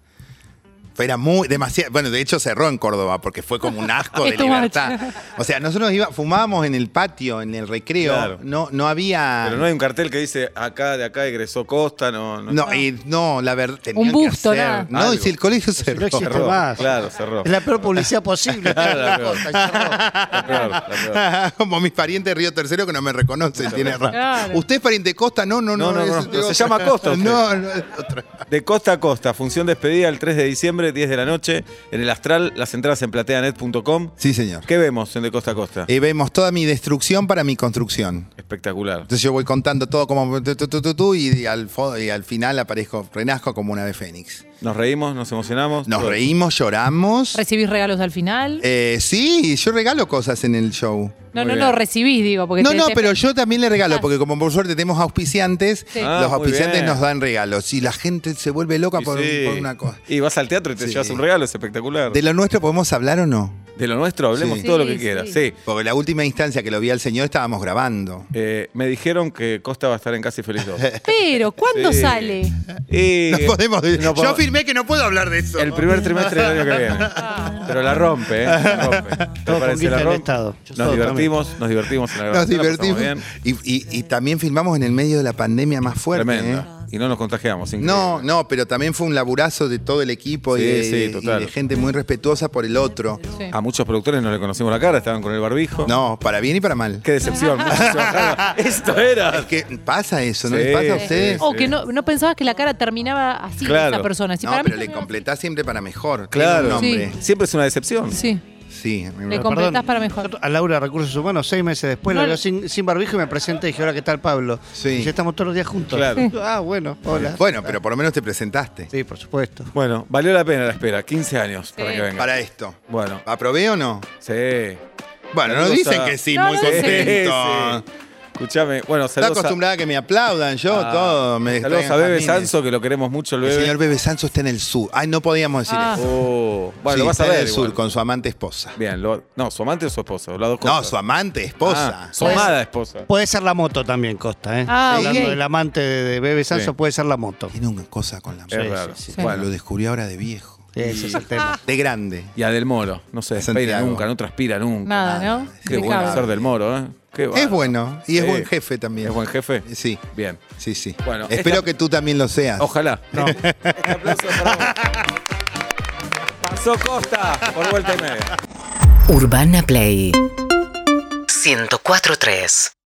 [SPEAKER 5] Fue- Era muy, demasiado. Bueno, de hecho cerró en Córdoba porque fue como un asco de
[SPEAKER 3] Es too much.
[SPEAKER 5] libertad. O sea, nosotros iba, fumábamos en el patio, en el recreo.
[SPEAKER 2] Claro.
[SPEAKER 5] No, no había.
[SPEAKER 2] Pero no hay un cartel que dice acá, de acá egresó Costa, no. no,
[SPEAKER 5] No, y no, la verdad. tenían que
[SPEAKER 3] busto,
[SPEAKER 5] hacer-
[SPEAKER 3] nada.
[SPEAKER 5] No, y
[SPEAKER 2] Algo.
[SPEAKER 5] si el colegio
[SPEAKER 4] no
[SPEAKER 5] cerró.
[SPEAKER 4] existe
[SPEAKER 2] cerró.
[SPEAKER 4] más.
[SPEAKER 2] Claro, cerró.
[SPEAKER 4] Es la peor publicidad posible.
[SPEAKER 2] Claro, la peor.
[SPEAKER 4] Cerró.
[SPEAKER 2] La peor, la peor.
[SPEAKER 5] Como mis parientes de Río Tercero que no me reconocen, tiene razón.
[SPEAKER 3] Claro.
[SPEAKER 5] ¿Usted es pariente de Costa? No, no, no.
[SPEAKER 2] No, no,
[SPEAKER 5] es
[SPEAKER 2] no,
[SPEAKER 5] de
[SPEAKER 2] pero se
[SPEAKER 5] otra.
[SPEAKER 2] llama Costa usted.
[SPEAKER 5] No, no, es otra.
[SPEAKER 2] De costa a costa, función despedida el 3 de diciembre, 10 de la noche, en el Astral, las entradas en plateanet.com.
[SPEAKER 5] Sí, señor.
[SPEAKER 2] ¿Qué vemos en De Costa a Costa?
[SPEAKER 5] Y vemos toda mi destrucción para mi construcción.
[SPEAKER 2] Espectacular.
[SPEAKER 5] Entonces yo voy contando todo como tu, tu, tu, tu, tu, y, al fo- y al final aparezco, renazco como un ave fénix.
[SPEAKER 2] Nos reímos, nos emocionamos.
[SPEAKER 5] Nos
[SPEAKER 2] todo.
[SPEAKER 5] reímos, lloramos.
[SPEAKER 3] ¿Recibís regalos al final?
[SPEAKER 5] Eh, sí, yo regalo cosas en el show.
[SPEAKER 3] no,
[SPEAKER 2] muy
[SPEAKER 3] no,
[SPEAKER 2] bien.
[SPEAKER 3] no, recibís, digo. Porque
[SPEAKER 5] No,
[SPEAKER 3] te-
[SPEAKER 5] no,
[SPEAKER 3] te-
[SPEAKER 5] pero yo también le regalo, porque como por suerte tenemos auspiciantes,
[SPEAKER 3] Sí.
[SPEAKER 2] Ah,
[SPEAKER 5] los
[SPEAKER 2] muy
[SPEAKER 5] auspiciantes
[SPEAKER 2] bien.
[SPEAKER 5] nos dan regalos. Y la gente se vuelve loca
[SPEAKER 2] Y
[SPEAKER 5] por,
[SPEAKER 2] sí.
[SPEAKER 5] por una cosa.
[SPEAKER 2] Y vas al teatro y te
[SPEAKER 5] Sí.
[SPEAKER 2] llevas un regalo, es espectacular.
[SPEAKER 5] ¿De
[SPEAKER 2] De,
[SPEAKER 5] lo nuestro podemos hablar o no?
[SPEAKER 2] lo nuestro, hablemos
[SPEAKER 5] Sí.
[SPEAKER 2] todo lo
[SPEAKER 3] Sí,
[SPEAKER 2] que quieras.
[SPEAKER 3] sí.
[SPEAKER 2] Sí.
[SPEAKER 5] Porque la última instancia que lo vi al señor estábamos grabando.
[SPEAKER 2] Eh, me dijeron que Costa va a estar en Casi Feliz 2.
[SPEAKER 3] Pero, ¿cuándo
[SPEAKER 2] Sí.
[SPEAKER 3] sale?
[SPEAKER 2] Y
[SPEAKER 5] No podemos,
[SPEAKER 2] no
[SPEAKER 5] yo
[SPEAKER 2] podemos-
[SPEAKER 5] afirmé que no puedo hablar de eso.
[SPEAKER 2] El primer trimestre del año que viene. Pero la rompe, ¿eh? La rompe. ¿Te
[SPEAKER 4] Todo
[SPEAKER 2] parece?
[SPEAKER 4] conquista
[SPEAKER 2] La
[SPEAKER 4] del
[SPEAKER 2] rompe.
[SPEAKER 4] Estado.
[SPEAKER 2] Nos
[SPEAKER 4] Todo
[SPEAKER 2] divertimos, nos divertimos en la
[SPEAKER 5] Nos
[SPEAKER 2] grabación. la pasamos
[SPEAKER 5] divertimos.
[SPEAKER 2] bien.
[SPEAKER 5] Y, y- y también filmamos en el medio de la pandemia más fuerte. ¿eh?
[SPEAKER 2] Tremenda. Y no nos contagiamos. increíble.
[SPEAKER 5] No, no, pero también fue un laburazo de todo el equipo y,
[SPEAKER 2] Sí,
[SPEAKER 5] de,
[SPEAKER 2] sí,
[SPEAKER 5] y de
[SPEAKER 2] total.
[SPEAKER 5] gente muy respetuosa por el otro.
[SPEAKER 3] Sí.
[SPEAKER 2] A muchos productores no le conocimos la cara, estaban con el barbijo.
[SPEAKER 5] No, para bien y para mal.
[SPEAKER 2] Qué decepción. muchos se bajaron. Esto era.
[SPEAKER 5] Es que pasa eso, ¿no
[SPEAKER 2] Sí,
[SPEAKER 5] les pasa a
[SPEAKER 2] sí,
[SPEAKER 5] ustedes?
[SPEAKER 2] sí.
[SPEAKER 3] Eh, O que no, no pensabas que la cara terminaba así de
[SPEAKER 2] Claro.
[SPEAKER 3] esa persona. Oh, Sí,
[SPEAKER 5] No,
[SPEAKER 3] para mí
[SPEAKER 5] pero le
[SPEAKER 3] también-
[SPEAKER 5] completás siempre para mejor.
[SPEAKER 2] Claro.
[SPEAKER 5] Tiene un nombre.
[SPEAKER 2] Siempre es una decepción.
[SPEAKER 3] Sí,
[SPEAKER 5] Sí.
[SPEAKER 3] le
[SPEAKER 4] Pero,
[SPEAKER 3] completás
[SPEAKER 4] perdón,
[SPEAKER 3] para mejor.
[SPEAKER 4] A Laura, Recursos Humanos, seis meses después,
[SPEAKER 3] No,
[SPEAKER 4] la veo
[SPEAKER 3] no.
[SPEAKER 4] sin, sin barbijo y me presenté y dije, hola, ¿qué tal, Pablo?
[SPEAKER 5] Sí.
[SPEAKER 4] Y ya estamos todos los días juntos.
[SPEAKER 2] Claro.
[SPEAKER 4] Ah, bueno, hola.
[SPEAKER 5] Bueno, pero por lo menos te presentaste
[SPEAKER 4] Sí, por supuesto.
[SPEAKER 2] Bueno, valió la pena la espera. 15 años para
[SPEAKER 3] Sí.
[SPEAKER 2] que venga.
[SPEAKER 5] para esto.
[SPEAKER 2] Bueno,
[SPEAKER 5] ¿Aprobé o no?
[SPEAKER 2] sí.
[SPEAKER 5] Bueno, no
[SPEAKER 2] Saludos
[SPEAKER 5] dicen
[SPEAKER 2] a-
[SPEAKER 5] que sí,
[SPEAKER 3] No,
[SPEAKER 5] muy
[SPEAKER 3] no dicen que sí.
[SPEAKER 5] contento.
[SPEAKER 2] Escuchame, bueno,
[SPEAKER 5] Está
[SPEAKER 2] saludos a,
[SPEAKER 5] acostumbrada a que me aplaudan yo,
[SPEAKER 2] a-
[SPEAKER 5] todo. Me
[SPEAKER 2] saludos
[SPEAKER 5] distraen
[SPEAKER 2] a Bebe
[SPEAKER 5] jazmines.
[SPEAKER 2] Sanso, que lo queremos mucho, el
[SPEAKER 5] El
[SPEAKER 2] Bebe.
[SPEAKER 5] señor Bebe Sanso está en el sur. Ay, no podíamos decir
[SPEAKER 3] Ah.
[SPEAKER 5] eso.
[SPEAKER 2] Oh, bueno,
[SPEAKER 5] Sí,
[SPEAKER 2] lo vas
[SPEAKER 5] está
[SPEAKER 2] a
[SPEAKER 5] en
[SPEAKER 2] ver.
[SPEAKER 5] el sur
[SPEAKER 2] igual.
[SPEAKER 5] con su amante esposa.
[SPEAKER 2] Bien, lo- no, su amante o su esposo, las dos
[SPEAKER 5] No,
[SPEAKER 2] cosas.
[SPEAKER 5] su amante esposa.
[SPEAKER 2] Ah, su amada esposa.
[SPEAKER 4] Puede ser la moto también, Costa, ¿eh?
[SPEAKER 3] Ah,
[SPEAKER 4] Hablando
[SPEAKER 3] ok.
[SPEAKER 4] del amante de, de Bebe Sanso,
[SPEAKER 2] Sí.
[SPEAKER 4] puede ser la moto.
[SPEAKER 5] Tiene una cosa con la
[SPEAKER 2] Es
[SPEAKER 5] amante.
[SPEAKER 2] raro.
[SPEAKER 4] sí, sí.
[SPEAKER 5] Bueno, lo
[SPEAKER 2] Bueno,
[SPEAKER 5] descubrí ahora de viejo.
[SPEAKER 4] Ese es el tema.
[SPEAKER 5] De grande.
[SPEAKER 2] y a Del Moro, no se despeina
[SPEAKER 5] Santiago.
[SPEAKER 2] nunca, no transpira nunca.
[SPEAKER 3] Nada, ¿no?
[SPEAKER 2] Qué
[SPEAKER 3] Te
[SPEAKER 2] bueno
[SPEAKER 3] cabe.
[SPEAKER 2] ser Del Moro, ¿eh? Qué
[SPEAKER 5] Es
[SPEAKER 2] bárbaro.
[SPEAKER 5] bueno. Y es
[SPEAKER 2] Sí.
[SPEAKER 5] buen jefe también.
[SPEAKER 2] ¿Es buen jefe?
[SPEAKER 5] Sí,
[SPEAKER 2] Bien.
[SPEAKER 5] sí, sí.
[SPEAKER 2] Bueno,
[SPEAKER 5] Espero
[SPEAKER 2] esta-
[SPEAKER 5] que tú también lo seas.
[SPEAKER 2] Ojalá. Este aplauso para vos. Pasó Costa por vuelta y media.
[SPEAKER 1] Urbana Play 104.3